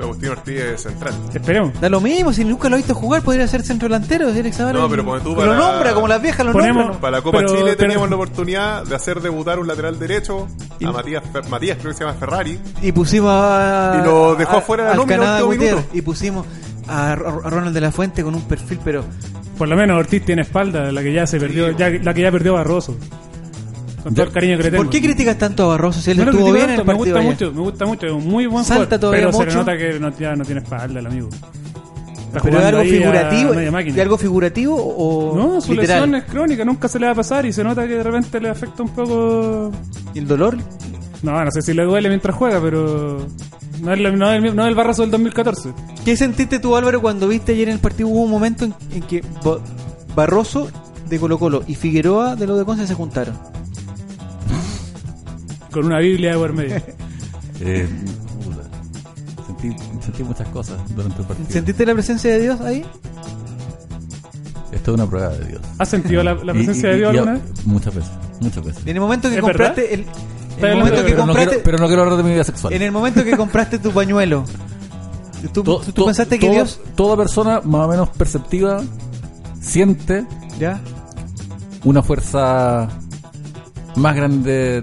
Agustín Ortiz es central.
Esperemos.
Da lo mismo. Si nunca lo has visto jugar, podría ser centro delantero. si Alex Zavala-
No, pero ponte tú
Lo
para-
nombra como las viejas lo
Ponemos-
nombran.
Para la Copa
Pero-
Chile
pero-
teníamos la oportunidad de hacer debutar un lateral derecho a Matías, Fer- Matías creo que se llama Ferrari.
Y pusimos a.
Y lo dejó afuera de la
al
nómina
Canadá
en último
Gutiérrez.
minuto.
Y pusimos a, Ro- a Ronald de la Fuente con un perfil, pero.
Por lo menos Ortiz tiene espalda, la que ya se perdió, ya- la que ya perdió Barroso. Con todo el cariño que le tengo.
¿Por qué criticas tanto a Barroso si él
No lo
estuvo
critico
bien en
tanto,
el
me
partido?
gusta
allá?
mucho, me gusta mucho, es un muy buen
Salta
jugador,
todavía
pero se
mucho.
le nota que no, ya no tiene espalda el amigo. Está
¿Pero
jugando
es algo
ahí a
figurativo?
media máquina.
¿Y algo figurativo o.?
No, su
literal?
lesión es crónica, nunca se le va a pasar y se nota que de repente le afecta un poco.
¿Y el dolor?
No, no sé si le duele mientras juega, pero no es, la- no es el- no es el barrazo del 2014.
¿Qué sentiste tú, Álvaro, cuando viste ayer en el partido? Hubo un momento en, en que Ba- Barroso de Colo-Colo y Figueroa de lo de Conce se juntaron.
Con una Biblia de por medio.
Eh, puta. Sentí, sentí muchas cosas durante el partido.
¿Sentiste la presencia de Dios ahí?
Esto es una prueba de Dios.
¿Has sentido la,
(laughs)
la presencia
Y- y-
de Dios
y-
alguna vez?
y- Muchas veces, muchas veces.
En el momento que
¿Es verdad?
compraste. El, en el
hablando
momento
de
que
Pero no,
compraste.
quiero, pero no quiero hablar de mi vida sexual.
En el momento que compraste tu pañuelo, ¿tú,
To-
tú
to-
pensaste que
toda-
Dios
Toda persona más o menos perceptiva siente
ya
una fuerza más grande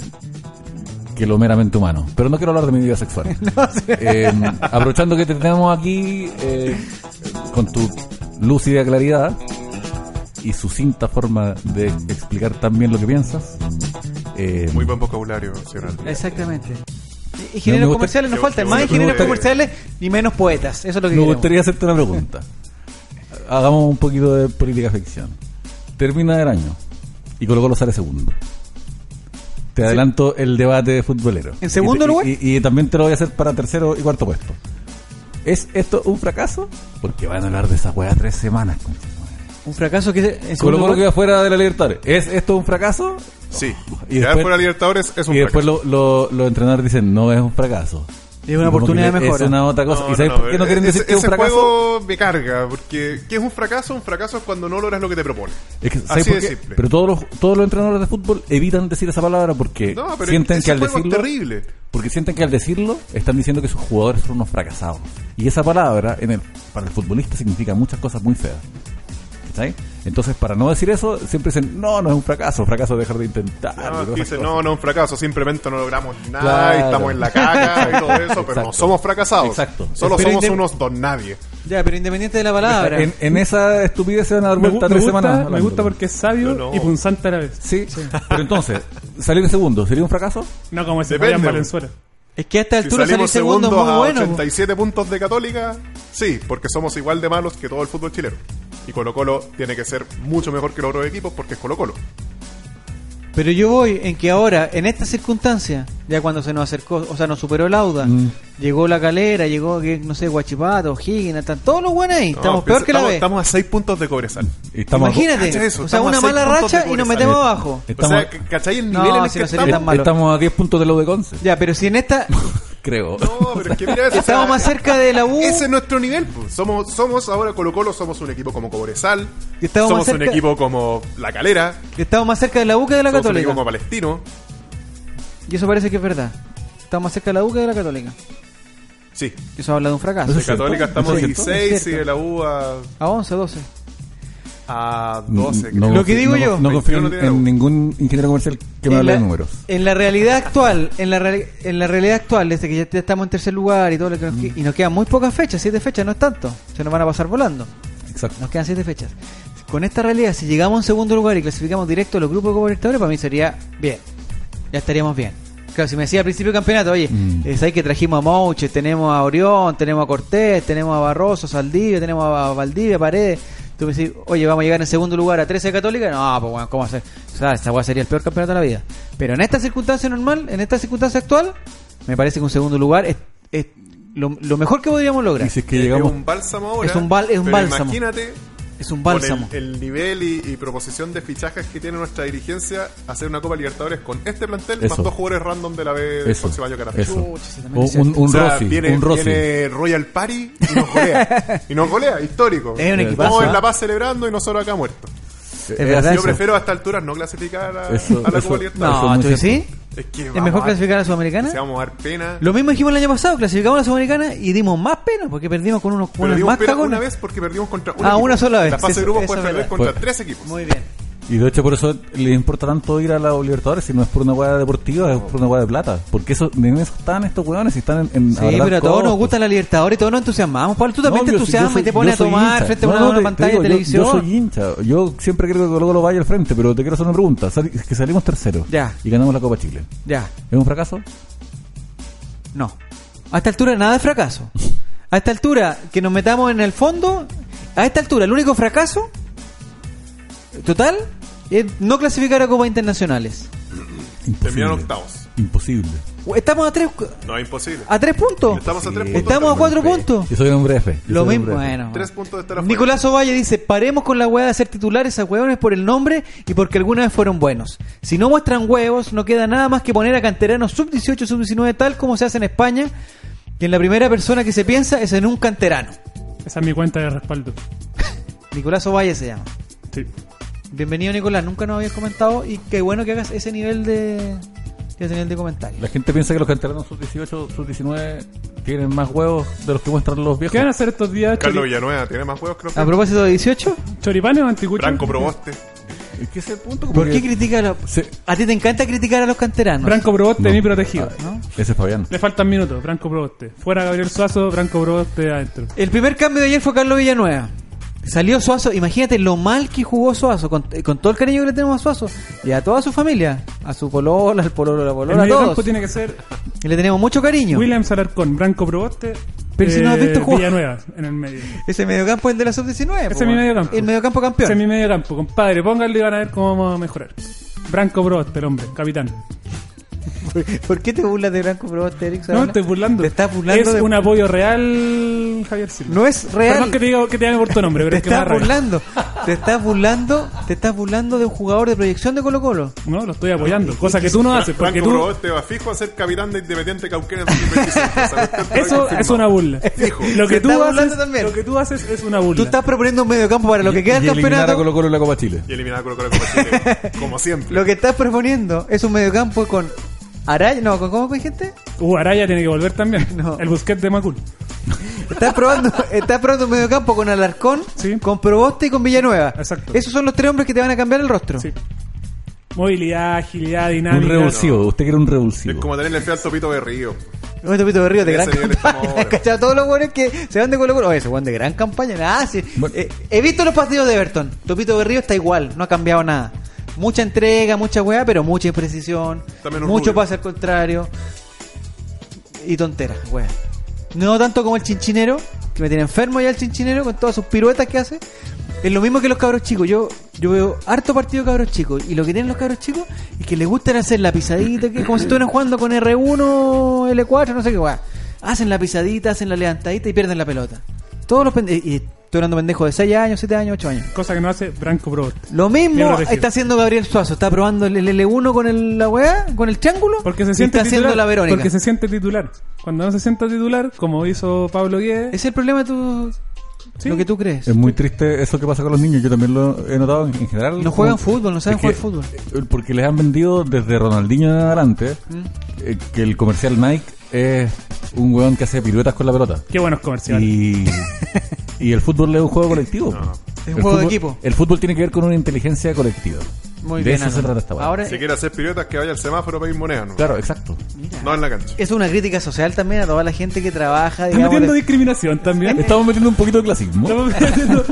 que lo meramente humano. Pero no quiero hablar de mi vida sexual. Eh, aprovechando que te tenemos aquí eh, con tu lúcida claridad y sucinta forma de explicar también lo que piensas. eh,
Muy buen vocabulario, señor
Eh,
Ortiz.
exactamente? Ingenieros
gusta-
comerciales nos
Qué-
faltan,
qué
más
bueno,
ingenieros
qué bueno.
comerciales y menos poetas, eso es lo que
Me
queremos.
gustaría hacerte una pregunta. Hagamos un poquito de política ficción. Termina el año y Colo Colo sale segundo. Te adelanto el debate futbolero.
¿En segundo
Y te-
lugar?
Y, y también te lo voy a hacer para tercero y cuarto puesto. ¿Es esto un fracaso? Porque van a hablar de esa weá tres semanas. concha de madre.
Un fracaso que se- en
Colo
segundo
Colo
lugar,
queda fuera de la Libertadores. ¿Es esto un fracaso?
Sí.
Y
Y
después-
después, fuera Libertadores es un
y después
fracaso.
lo- lo- los entrenadores dicen, no es un fracaso.
es una
Y como
oportunidad
que
de
Es
mejora.
una otra cosa.
No,
¿Y
no,
sabes
no,
por qué no
eh,
quieren
ese-
decir que es un
ese
fracaso?
juego me carga, porque ¿qué es un fracaso? Un fracaso es cuando no logras lo que te propone.
Es que, ¿sabes
Así
por
de
qué?
simple.
Pero todos los, todos los entrenadores de fútbol evitan decir esa palabra porque
no, pero
sienten
ese
que al
juego
decirlo
es terrible.
porque sienten que al decirlo están diciendo que sus jugadores son unos fracasados. Y esa palabra en el, para el futbolista significa muchas cosas muy feas. ¿Cachai? Entonces, para no decir eso, siempre dicen, no, no es un fracaso, fracaso es dejar de intentar. y
No,
todas esas
dice,
cosas.
no, no es un fracaso, simplemente no logramos nada,
Claro.
y estamos en la caca y todo eso, pero
Exacto.
no somos fracasados.
Exacto.
Solo
Pero
somos
indem-
unos don nadie.
Ya, pero independiente de la palabra.
En, en esa estupidez se van a dar
Me, gu-
vuelta
me
tres
gusta,
semanas.
me gusta
hablando.
porque es sabio
Pero no.
y punzante a la vez.
Sí, pero entonces, salir en segundo, ¿sería un fracaso?
No como ese
Depende,
Fabián
güey.
Valenzuela.
es que a esta
Si
altura salir
salimos
segundo
segundos
es muy
a
bueno.
87 puntos de Católica, sí, porque somos igual de malos que todo el fútbol chileno. Y Colo Colo tiene que ser mucho mejor que los otros equipos porque es Colo Colo.
Pero yo voy en que ahora, en esta circunstancia, ya cuando se nos acercó, o sea, nos superó Lauda, llegó la calera, llegó, que, no sé, Guachipato, Higgins, están todos los buenos ahí.
No,
Estamos peor
piensa-
que la
estamos-
vez.
Estamos a 6 puntos de Cobresal.
Y estamos-
Cacha
Imagínate,
eso,
o sea,
estamos
una
a seis
mala
puntos
racha
de
y nos
Cobresal.
metemos abajo.
O
Estamos-
sea, c- ¿cachai el
No,
nivel en el
si
que
no sería
estamos?
tan malo.
Estamos a 10 puntos de lo de Conce,
Ya, pero si en
(laughs)
esta
creo.
No, pero es que mira eso, o sea,
estamos más cerca de la U,
(laughs) Ese es nuestro nivel. pues. Somos, somos ahora Colo Colo, somos un equipo como Cobresal,
Y estamos
somos
más
un
cerca-
equipo como La Calera,
estamos más cerca de la U que de la
somos un equipo
Católica.
como Palestino.
Y eso parece que es verdad. Estamos más cerca de la U que de la Católica.
Sí, de
Eso habla de un fracaso.
Eso es cierto.
Católica estamos
Eso es cierto.
16 y
Cierto.
de la U a,
A 11, 12.
a 12.
No,
creo.
Lo que digo
no-
yo.
No confío
Yo no
en,
tenía
en
la U.
ningún ingeniero comercial que me hable de números.
en la realidad actual, en la, reali- en la realidad actual, desde que ya te- estamos en tercer lugar y todo lo que nos, que- y nos quedan muy pocas fechas, siete fechas, no es tanto, se nos van a pasar volando,
Exacto.
Ah,
nos quedan siete fechas. Con esta realidad, si llegamos a un segundo lugar y clasificamos directo a los grupos de Copa Libertadores, para mí sería bien, ya estaríamos bien. Claro, si me decía al principio del campeonato, oye,
Mm.
es ahí que trajimos a Mouche, tenemos a Orión, tenemos a Cortés, tenemos a Barroso, Saldivia, tenemos a Valdivia, Paredes, Tú me decís, oye, vamos a llegar en segundo lugar a 13 de Católica. No, pues bueno, ¿cómo hacer? O sea, esta weá sería el peor campeonato de la vida. Pero en esta circunstancia normal, en esta circunstancia actual, me parece que un segundo lugar es, es lo, lo mejor que podríamos lograr.
Y si es que llegamos.
un bálsamo ahora.
Es un bal- es un
pero
bálsamo.
Imagínate
Es un
por el-
bálsamo.
El, nivel y, y proposición de fichajes que tiene nuestra dirigencia hacer una Copa Libertadores con este plantel
Eso.
más dos jugadores random de la B del
Eso,
próximo año que hará.
eso.
Chuta,
Pucha, ese también
Un,
es
un,
cierto.
un
o sea,
Rossi,
viene,
un Rossi.
viene Royal Party y nos golea.
(laughs)
y nos golea, histórico.
Es un
Todos
equipazo, ¿eh?
en La Paz celebrando y nosotros acá muertos.
Es
verdad
Yo
Eso.
prefiero a esta altura no clasificar a,
Eso,
a la
eso.
Copa Libertadores.
Eso es
No,
muy
tú sí.
cierto.
Es que
¿Es
vamos
mejor
a-
clasificar a la Sudamericana?
Se vamos a dar pena.
Lo mismo dijimos el año pasado, clasificamos a la Sudamericana y dimos más pena porque perdimos con unos
Pero
unos
digo
más
pena
cagones.
una vez porque perdimos contra un
Ah,
equipo.
una sola vez.
La fase
Eso-
de grupos
eso
puede
es
perder
verdad.
contra
Pues-
tres equipos.
Muy bien.
Y de hecho por eso le importa tanto ir a la Libertadores, si no es por una hueá deportiva, es por una hueá de plata. Porque eso, en eso están estos hueones y están en... en
Sí, pero a todos nos
gustan
gusta la Libertadores y todos nos entusiasmamos. Pablo, tú también te entusiasmas y te pones a tomar frente a una, una pantalla de televisión.
Yo, soy hincha. Yo siempre creo que Colo Colo vaya al frente, pero te quiero hacer una pregunta. Sali- es que salimos tercero
Ya.
y ganamos la Copa Chile.
Ya,
¿Es un fracaso?
no. A esta altura nada de fracaso. A esta altura que nos metamos en el fondo, a esta altura el único fracaso total es no clasificar a Copas Internacionales.
Imposible.
Terminaron octavos.
Imposible.
Estamos a tres,
No, es imposible.
a tres puntos.
Estamos a tres puntos.
Estamos a cuatro puntos.
Yo soy un hombre de fe. Yo
Lo
soy un
mismo,
hombre de fe.
bueno.
Tres puntos de estar afuera.
Nicolás Ovalle dice, paremos con la hueá de ser titulares a hueones por el nombre y porque alguna vez fueron buenos. Si no muestran huevos, no queda nada más que poner a canteranos sub-18, sub-19, tal como se hace en España, que en la primera persona que se piensa es en un canterano.
Esa es mi cuenta de respaldo.
Nicolás Ovalle se llama.
Sí.
Bienvenido Nicolás, nunca nos habías comentado y qué bueno que hagas ese nivel de, ese nivel de comentario.
La gente piensa que los canteranos sub-18, sub-19 tienen más huevos de los que muestran los viejos.
¿Qué van a hacer estos días?
Carlos
Chori-
Villanueva tiene más juegos que
A
los
propósito de 18,
¿Choripanes o anticuchos?
Branco Proboste.
Es que ese es el punto. como
¿por qué
que-
critica a los...
se-
A ti te encanta criticar a los canteranos.
Branco Proboste,
No.
mi protegido.
Ah, ¿no? Ese es Fabián.
Le faltan minutos, Branco Proboste. Fuera Gabriel Suazo, Branco Proboste adentro.
El primer cambio de ayer fue Carlos Villanueva. Salió Suazo, imagínate lo mal que jugó Suazo, con, eh, con todo el cariño que le tenemos a Suazo y a toda su familia, a su polola, al pololo, a la
El
polola, a
mediocampo
todos.
tiene que ser
Y le tenemos mucho cariño.
Williams Alarcón, Branco Proboste, eh,
Pero si no has visto jugar.
Villanueva en el medio.
Ese mediocampo es el de la sub-19. po,
es mi
weón.
mediocampo.
pues, El mediocampo campeón.
Ese es mi medio campo, compadre. Pónganlo y van a ver cómo vamos a mejorar. Branco Proboste, el hombre, capitán.
(laughs) ¿Por qué te burlas de Branco Proboste, Eric?
No,
Zavala?
me estoy burlando.
Te estás burlando
Es
de-
un apoyo real, Javier Silva.
No es real.
Perdón que te diga que te llame por tu nombre, pero
te
es que me da
estás
rabia.
burlando. te estás burlando. Te estás burlando de un jugador de proyección de Colo Colo.
No, lo estoy apoyando, cosa que tú no haces, porque
Branco
tú...
Proboste va fijo a ser capitán de Independiente Cauquenes 2025.
(laughs)
O sea, usted está
Eso
confirmado.
es una burla.
Fijo.
Lo que,
Se
tú
está burlando
haces,
también.
lo que tú haces es una burla.
Tú estás proponiendo un mediocampo para lo que queda
y
del
eliminar a
campeonato.
Colo Colo en la Copa Chile.
Y eliminada Colo Colo Copa Chile. Como
(laughs)
siempre.
Lo que estás proponiendo es un mediocampo con Araya, no, ¿con cómo con gente?
Uh, Araya tiene que volver también.
(laughs) No.
El busquet de Macul.
Estás
(laughs)
probando, estás probando un mediocampo con Alarcón,
Sí.
con Proboste y con Villanueva.
Exacto.
Esos son los tres hombres que te van a cambiar el rostro.
Sí. Movilidad, agilidad,
Un
dinámica.
revulsivo. Usted quiere un
Es
revulsivo.
como tenerle fe al Topito de Río.
Un Topito de Río de
Ese
gran
nivel estamos
campaña. (laughs)
ahora.
¿Cachado? Todos los buenos que se van de Colo Colo. Oye, ese buen de gran campaña. Ah, sí.
Bueno.
Eh, he visto los partidos de Everton. Topito de Río está igual, no ha cambiado nada. Mucha entrega, mucha weá, pero mucha imprecisión.
También un
Mucho
rubio.
pase al contrario. Y tonteras, weá. No tanto como el chinchinero, que me tiene enfermo ya el chinchinero con todas sus piruetas que hace. Es lo mismo que los cabros chicos. Yo, yo veo harto partido de cabros chicos. Y lo que tienen los cabros chicos es que les gustan hacer la pisadita, que es como si estuvieran jugando con R1, L4, no sé qué weá. Hacen la pisadita, hacen la levantadita y pierden la pelota. Todos los pendejos. Y estoy hablando de pendejos de 6 años, 7 años, 8 años.
Cosa que no hace Branco Proboste.
Lo
Bien
mismo
protegido.
está haciendo Gabriel Suazo. Está probando el L1 con el- la weá, con el triángulo.
Porque se
y
siente
está haciendo la
titular.
Verónica.
Porque se siente titular. Cuando no se sienta titular, como hizo Pablo Guedes,
Es el problema de tu...
Sí.
lo que tú crees.
Es muy triste eso que pasa con los niños. Yo también lo he notado en en general.
No juegan
Como-
fútbol, no saben
es
jugar
que-
fútbol. Mm.
eh, Porque les han vendido desde Ronaldinho en adelante eh, que el comercial Nike es un weón que hace piruetas con la pelota.
qué buenos comerciales. (laughs)
Y, y el fútbol es un juego colectivo.
Es un
El
juego de
fútbol-
equipo.
El fútbol tiene que ver con una inteligencia colectiva.
Muy
de
bien.
eso se
Alan.
trata esta weá.
Ahora,
Si quiere hacer piruetas, que vaya al semáforo a pedir moneda. No,
Claro, exacto.
mira,
no en
(laughs)
la cancha.
es una crítica social también a toda la gente que
Ah,
trabaja,
Están metiendo
digamos.
discriminación también.
Estamos metiendo un poquito de clasismo.
Estamos metiendo-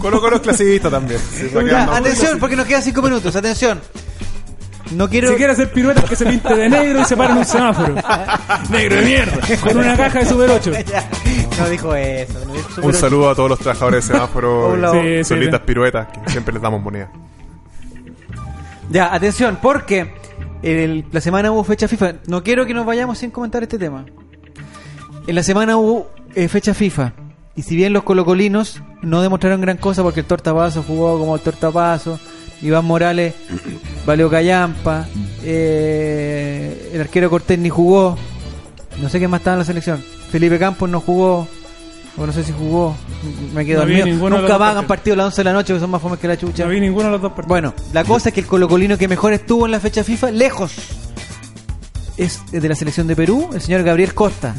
Colo Colo es clasista también. Sí, va
Ya,
quedando-
atención, porque nos quedan cinco minutos. Atención. No quiero.
Si
(laughs)
quiere hacer piruetas, que se
Ah,
pinte de negro y se pare en un semáforo. negro de mierda. Con una caja de Super 8.
(laughs) Ya.
No dijo eso. no dijo-
Un
pero-
saludo a todos los trabajadores
(laughs)
de semáforo.
Hola.
y
Sí, sí,
solitas
sí.
piruetas, que siempre les damos moneda.
Ya, atención, porque el- la semana hubo fecha FIFA. No quiero que nos vayamos sin comentar este tema. En la semana hubo eh, fecha FIFA. Y si bien los colocolinos no demostraron gran cosa porque el Tortapaso jugó como el Tortapaso, Iván Morales valió callampa, eh, el arquero Cortés ni jugó, no sé qué más estaba en la selección. Felipe Campos no jugó, o no sé si jugó, me quedo
No vi
dormido.
ninguno de los
Nunca
dos
pagan partidos
partidos.
a las 11 de la noche, que son más fomes que la chucha.
No vi ninguno de los dos partidos.
Bueno, la cosa es que el colocolino que mejor estuvo en la fecha FIFA, lejos, es de la selección de Perú, el señor Gabriel Costa.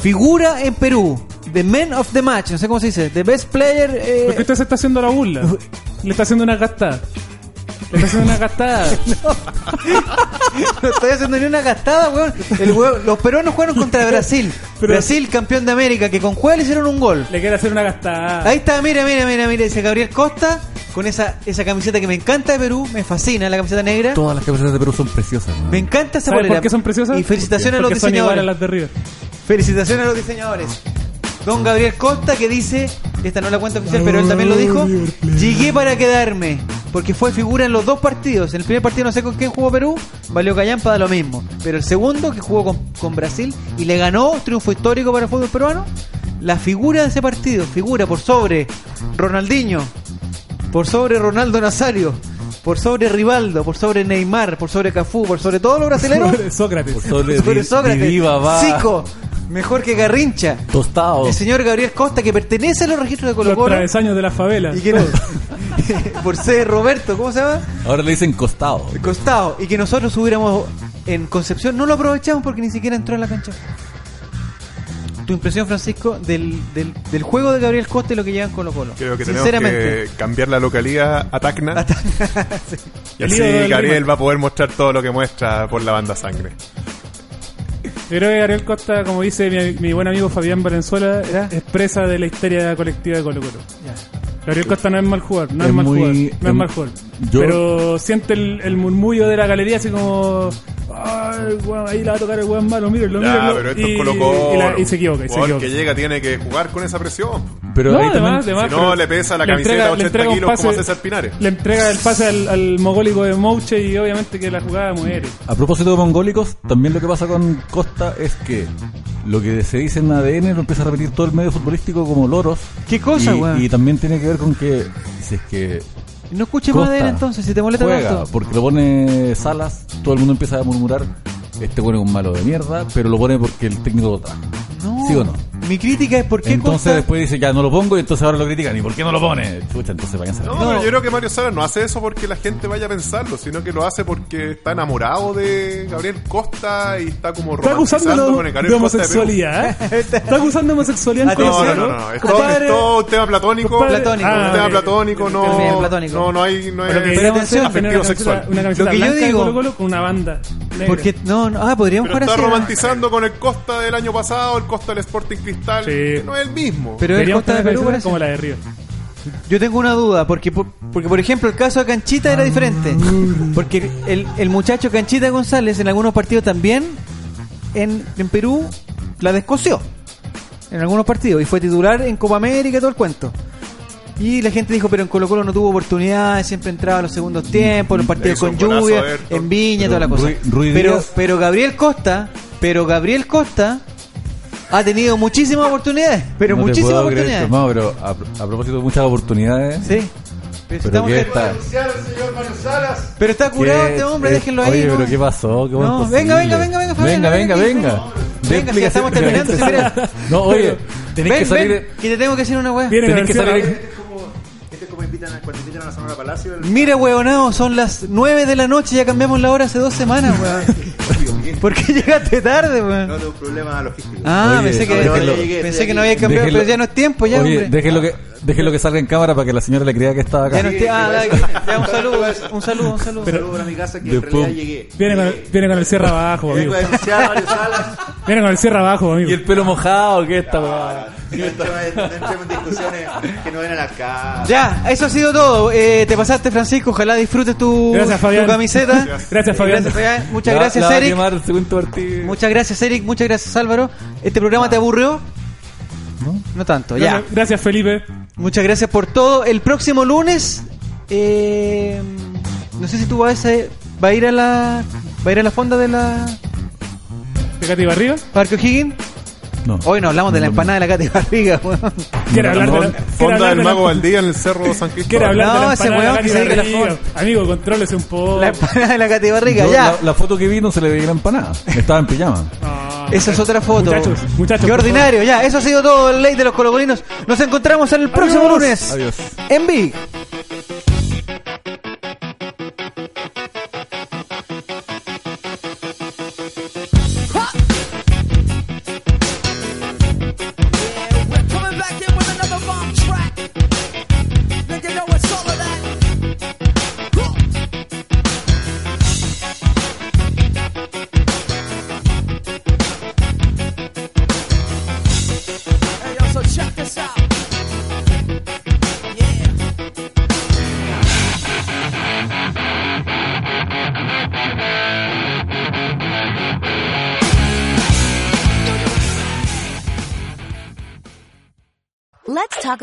Figura en Perú, the man of the match, no sé cómo se dice, the best player...
(laughs)
eh,
Porque usted se está haciendo la burla. Le está haciendo una gastada. Le está haciendo una
(laughs)
gastada.
no estoy haciendo ni una gastada, weón. El weón- Los peruanos jugaron contra Brasil.
(laughs) Pero-
Brasil, campeón de América, que con juega le hicieron un gol.
Le quiere hacer una gastada.
Ahí está, mira, mira, mira, mira, dice Gabriel Costa, con esa, esa camiseta que me encanta de Perú, me fascina, la camiseta negra.
Todas las camisetas de Perú son preciosas. ¿no?
Me encanta esa
¿Sabes
polera.
por qué son preciosas?
Y felicitaciones a los
Porque son iguales
diseñadores.
a las de River.
Felicitaciones a los diseñadores. Don Gabriel Costa que dice, esta no la cuenta oficial, pero él también lo dijo, llegué para quedarme, porque fue figura en los dos partidos. En el primer partido no sé con quién jugó Perú, valió Callampa da lo mismo. Pero el segundo, que jugó con, con Brasil y le ganó, triunfo histórico para el fútbol peruano, la figura de ese partido, figura por sobre Ronaldinho, por sobre Ronaldo Nazario, por sobre Rivaldo, por sobre Neymar, por sobre Cafú, por sobre todos los brasileños.
(laughs) Sócrates.
Por sobre
Sobre
Di-
Sócrates,
Didi Babá,
Zico, mejor que Garrincha.
Tostado.
El señor Gabriel Costa, que pertenece a los registros de Colo
Los
Colo.
travesaños de las favelas.
Y que no- (laughs) por ser Roberto, ¿cómo se llama?
Ahora le dicen costado.
El costado. Y que nosotros hubiéramos en Concepción, no lo aprovechamos porque ni siquiera entró en la cancha. Tu impresión, Francisco, del, del, del juego de Gabriel Costa y lo que llevan Colo Colo.
Creo que tenemos
Sinceramente.
que cambiar la localidad a Tacna.
(laughs)
Y
El ídolo
así
del
Gabriel
Rima.
va a poder mostrar todo lo que muestra por la banda sangre.
Yo creo que Gabriel Costa, como dice mi, mi buen amigo Fabián Valenzuela, es presa de la histeria colectiva de Colo Colo. Gabriel Costa no es mal jugador, no es,
Es
mal
muy-
jugador, no es
em,
mal jugador.
yo-
Pero siente el, el murmullo de la galería así como... Ay, weón, ahí la va a tocar el weón malo, mírenlo,
Ya,
mírenlo.
pero esto
y,
es Colo Colo.
y la- y se equivoca, y se
Jugador
equivoca.
que llega tiene que jugar con esa presión.
Pero
No,
ahí
además,
también-
además,
si no,
pero
le pesa la
le
camiseta
entrega-
a
le
80
entrega un
kilos como
pase-
César Pinares.
Le entrega el pase al, al mogólico de Mouche y obviamente que la jugada muere.
A propósito de mongólicos, también lo que pasa con Costa es que lo que se dice en ADN lo empieza a repetir todo el medio futbolístico como loros.
¿Qué cosa,
Y-
weón?
Y, también tiene que ver con que si es que
No escuches más
Costa
de él entonces, si te molesta
juega,
tanto.
porque lo pone Salas, todo el mundo empieza a murmurar, este pone un malo de mierda, pero lo pone porque el técnico lo trajo.
No.
pues. ¿Sí o no?
Mi crítica es por qué
Entonces
Costa...
después dice, ya no lo pongo, y entonces ahora lo critican, ¿y por qué no lo pone? Chucha, entonces váyanse a la
No, pero yo creo que Mario Salas no hace eso porque la gente vaya a pensarlo, sino que lo hace porque está enamorado de Gabriel Costa y está como
Está
romantizando
acusándolo
con el
de
Gabriel Costa de Perú.
(laughs)
homosexualidad. ¿eh?
Este-
Está acusando de homosexualidad
Ah,
en
No, no,
Colo-Colo.
no, no, no. Es todo,
Compadre-
es todo un tema platónico.
compadre-
Platónico.
Un
Ah,
tema
ok.
platónico,
Bien,
no.
platónico.
No, no hay. No
Pero
hay
que
Pero
deberíamos
atención,
tener
afectivo
una camiseta-
sexual.
Una camiseta
Lo que yo
blanca de
digo-
Colo-Colo con una banda. negra.
Porque, no, no, ah, podríamos
Pero
jugar
está
así.
romantizando con el Costa del año pasado, el Costa del Sporting Cristal,
Sí.
que no es el mismo.
Pero el
Deberíamos
Costa de
tener
Perú
camisetas
parece.
como la de Río.
Yo tengo una duda, porque por, porque por ejemplo el caso de Canchita era diferente. Porque el, el muchacho Canchita González en algunos partidos también en, en Perú la descoció. En algunos partidos. Y fue titular en Copa América y todo el cuento. Y la gente dijo, pero en Colo Colo no tuvo oportunidades, siempre entraba a los segundos tiempos, los partidos
hizo
con
un golazo
lluvia,
a Everton.
en Viña,
Pero
toda la cosa.
Rui- Rui
pero,
Díaz-
pero Gabriel Costa, pero Gabriel Costa ha tenido muchísimas oportunidades, pero
No te
muchísimas
puedo
oportunidades.
creer, hermano, pero a, a propósito de muchas oportunidades,
Sí. Pero, si
pero
estamos
que
en-
está...
pero está curado este hombre,
eh,
déjenlo ahí.
Oye,
¿no?
pero ¿qué pasó? ¿Qué
No,
bueno
venga,
posible.
venga, venga, venga, Fabián,
venga, venga,
venga,
venga.
venga.
Dé
Venga, si ya estamos
explicación- (laughs)
terminando, espera.
No, oye, tenés
Ven,
que
ven,
salir.
que te tengo que decir una weá.
Viene
Tenés
la
que
versión-
salir.
Este es como invitan a, cuando invitan a la Sonora Palacio. el-
Mira, weonado, son las 9 de la noche, ya cambiamos la hora hace dos semanas, weón.
(laughs)
¿Por qué llegaste tarde,
No
weón?
tengo problema logístico.
Ah,
Oye,
pensé que,
no, no, llegué,
pensé
estoy
que no
aquí.
había cambiado, pero ya no es tiempo, pues ya,
oye,
hombre.
déjelo que, déjelo que salga en cámara para que la señora le crea que estaba acá.
Ya no es
(laughs)
tiempo. Ah, dale, ya un saludo, un saludo, un saludo.
Pero, Saludos a mi casa que
Después-
en realidad
Eh,
llegué.
Viene con, el-
Llegué.
viene con el cierre abajo, amigo.
Vengo a denunciar a Mario Salas.
Viene con el cierre abajo,
Y
amigo.
el pelo mojado, ¿qué está? weá?
No entremos no entremos en discusiones que no vienen acá.
Ya, eso ha sido todo. Eh, te pasaste, Francisco. Ojalá disfrutes tu,
Gracias, Fabián.
tu camiseta.
Gracias. Gracias, Fabián.
Muchas
La-
gracias,
la va a
Eric.
quemar el segundo partido.
Muchas gracias, Eric. Muchas gracias, Álvaro. ¿Este programa te aburrió?
¿no?
No tanto, ya.
Gracias, gracias, Felipe.
Muchas gracias por todo. El próximo lunes, eh, no sé si tú vas a, va a ir a la va a ir a la fonda de la
Pegate para arriba.
Parque O'Higgins.
No.
Hoy no hablamos de la empanada de la Cate Barriga. weón.
Quiere hablar de la- quiere
Fonda
hablar
del
de la-
Mago Valdía en el Cerro de San Cristóbal.
Quiere hablar de
No,
la
ese
empanada
weón que se dedica a la
Cari Barriga. Amigo, contrólese un poco.
La empanada de la Cate Barriga,
Yo,
ya.
La, la foto que vi no se le veía la empanada. Estaba en
(laughs)
pijama.
Ah,
Esa es otra foto.
Muchachos, muchachos,
Qué
por
ordinario, ya. Eso ha sido todo el ley de los colocolinos. Nos encontramos el próximo
Adiós.
lunes.
Adiós.
En Big.
We're coming back in with another bomb track. Nigga, know it's all of that. Huh. Hey, yo, so check this out. Yeah.
Let's talk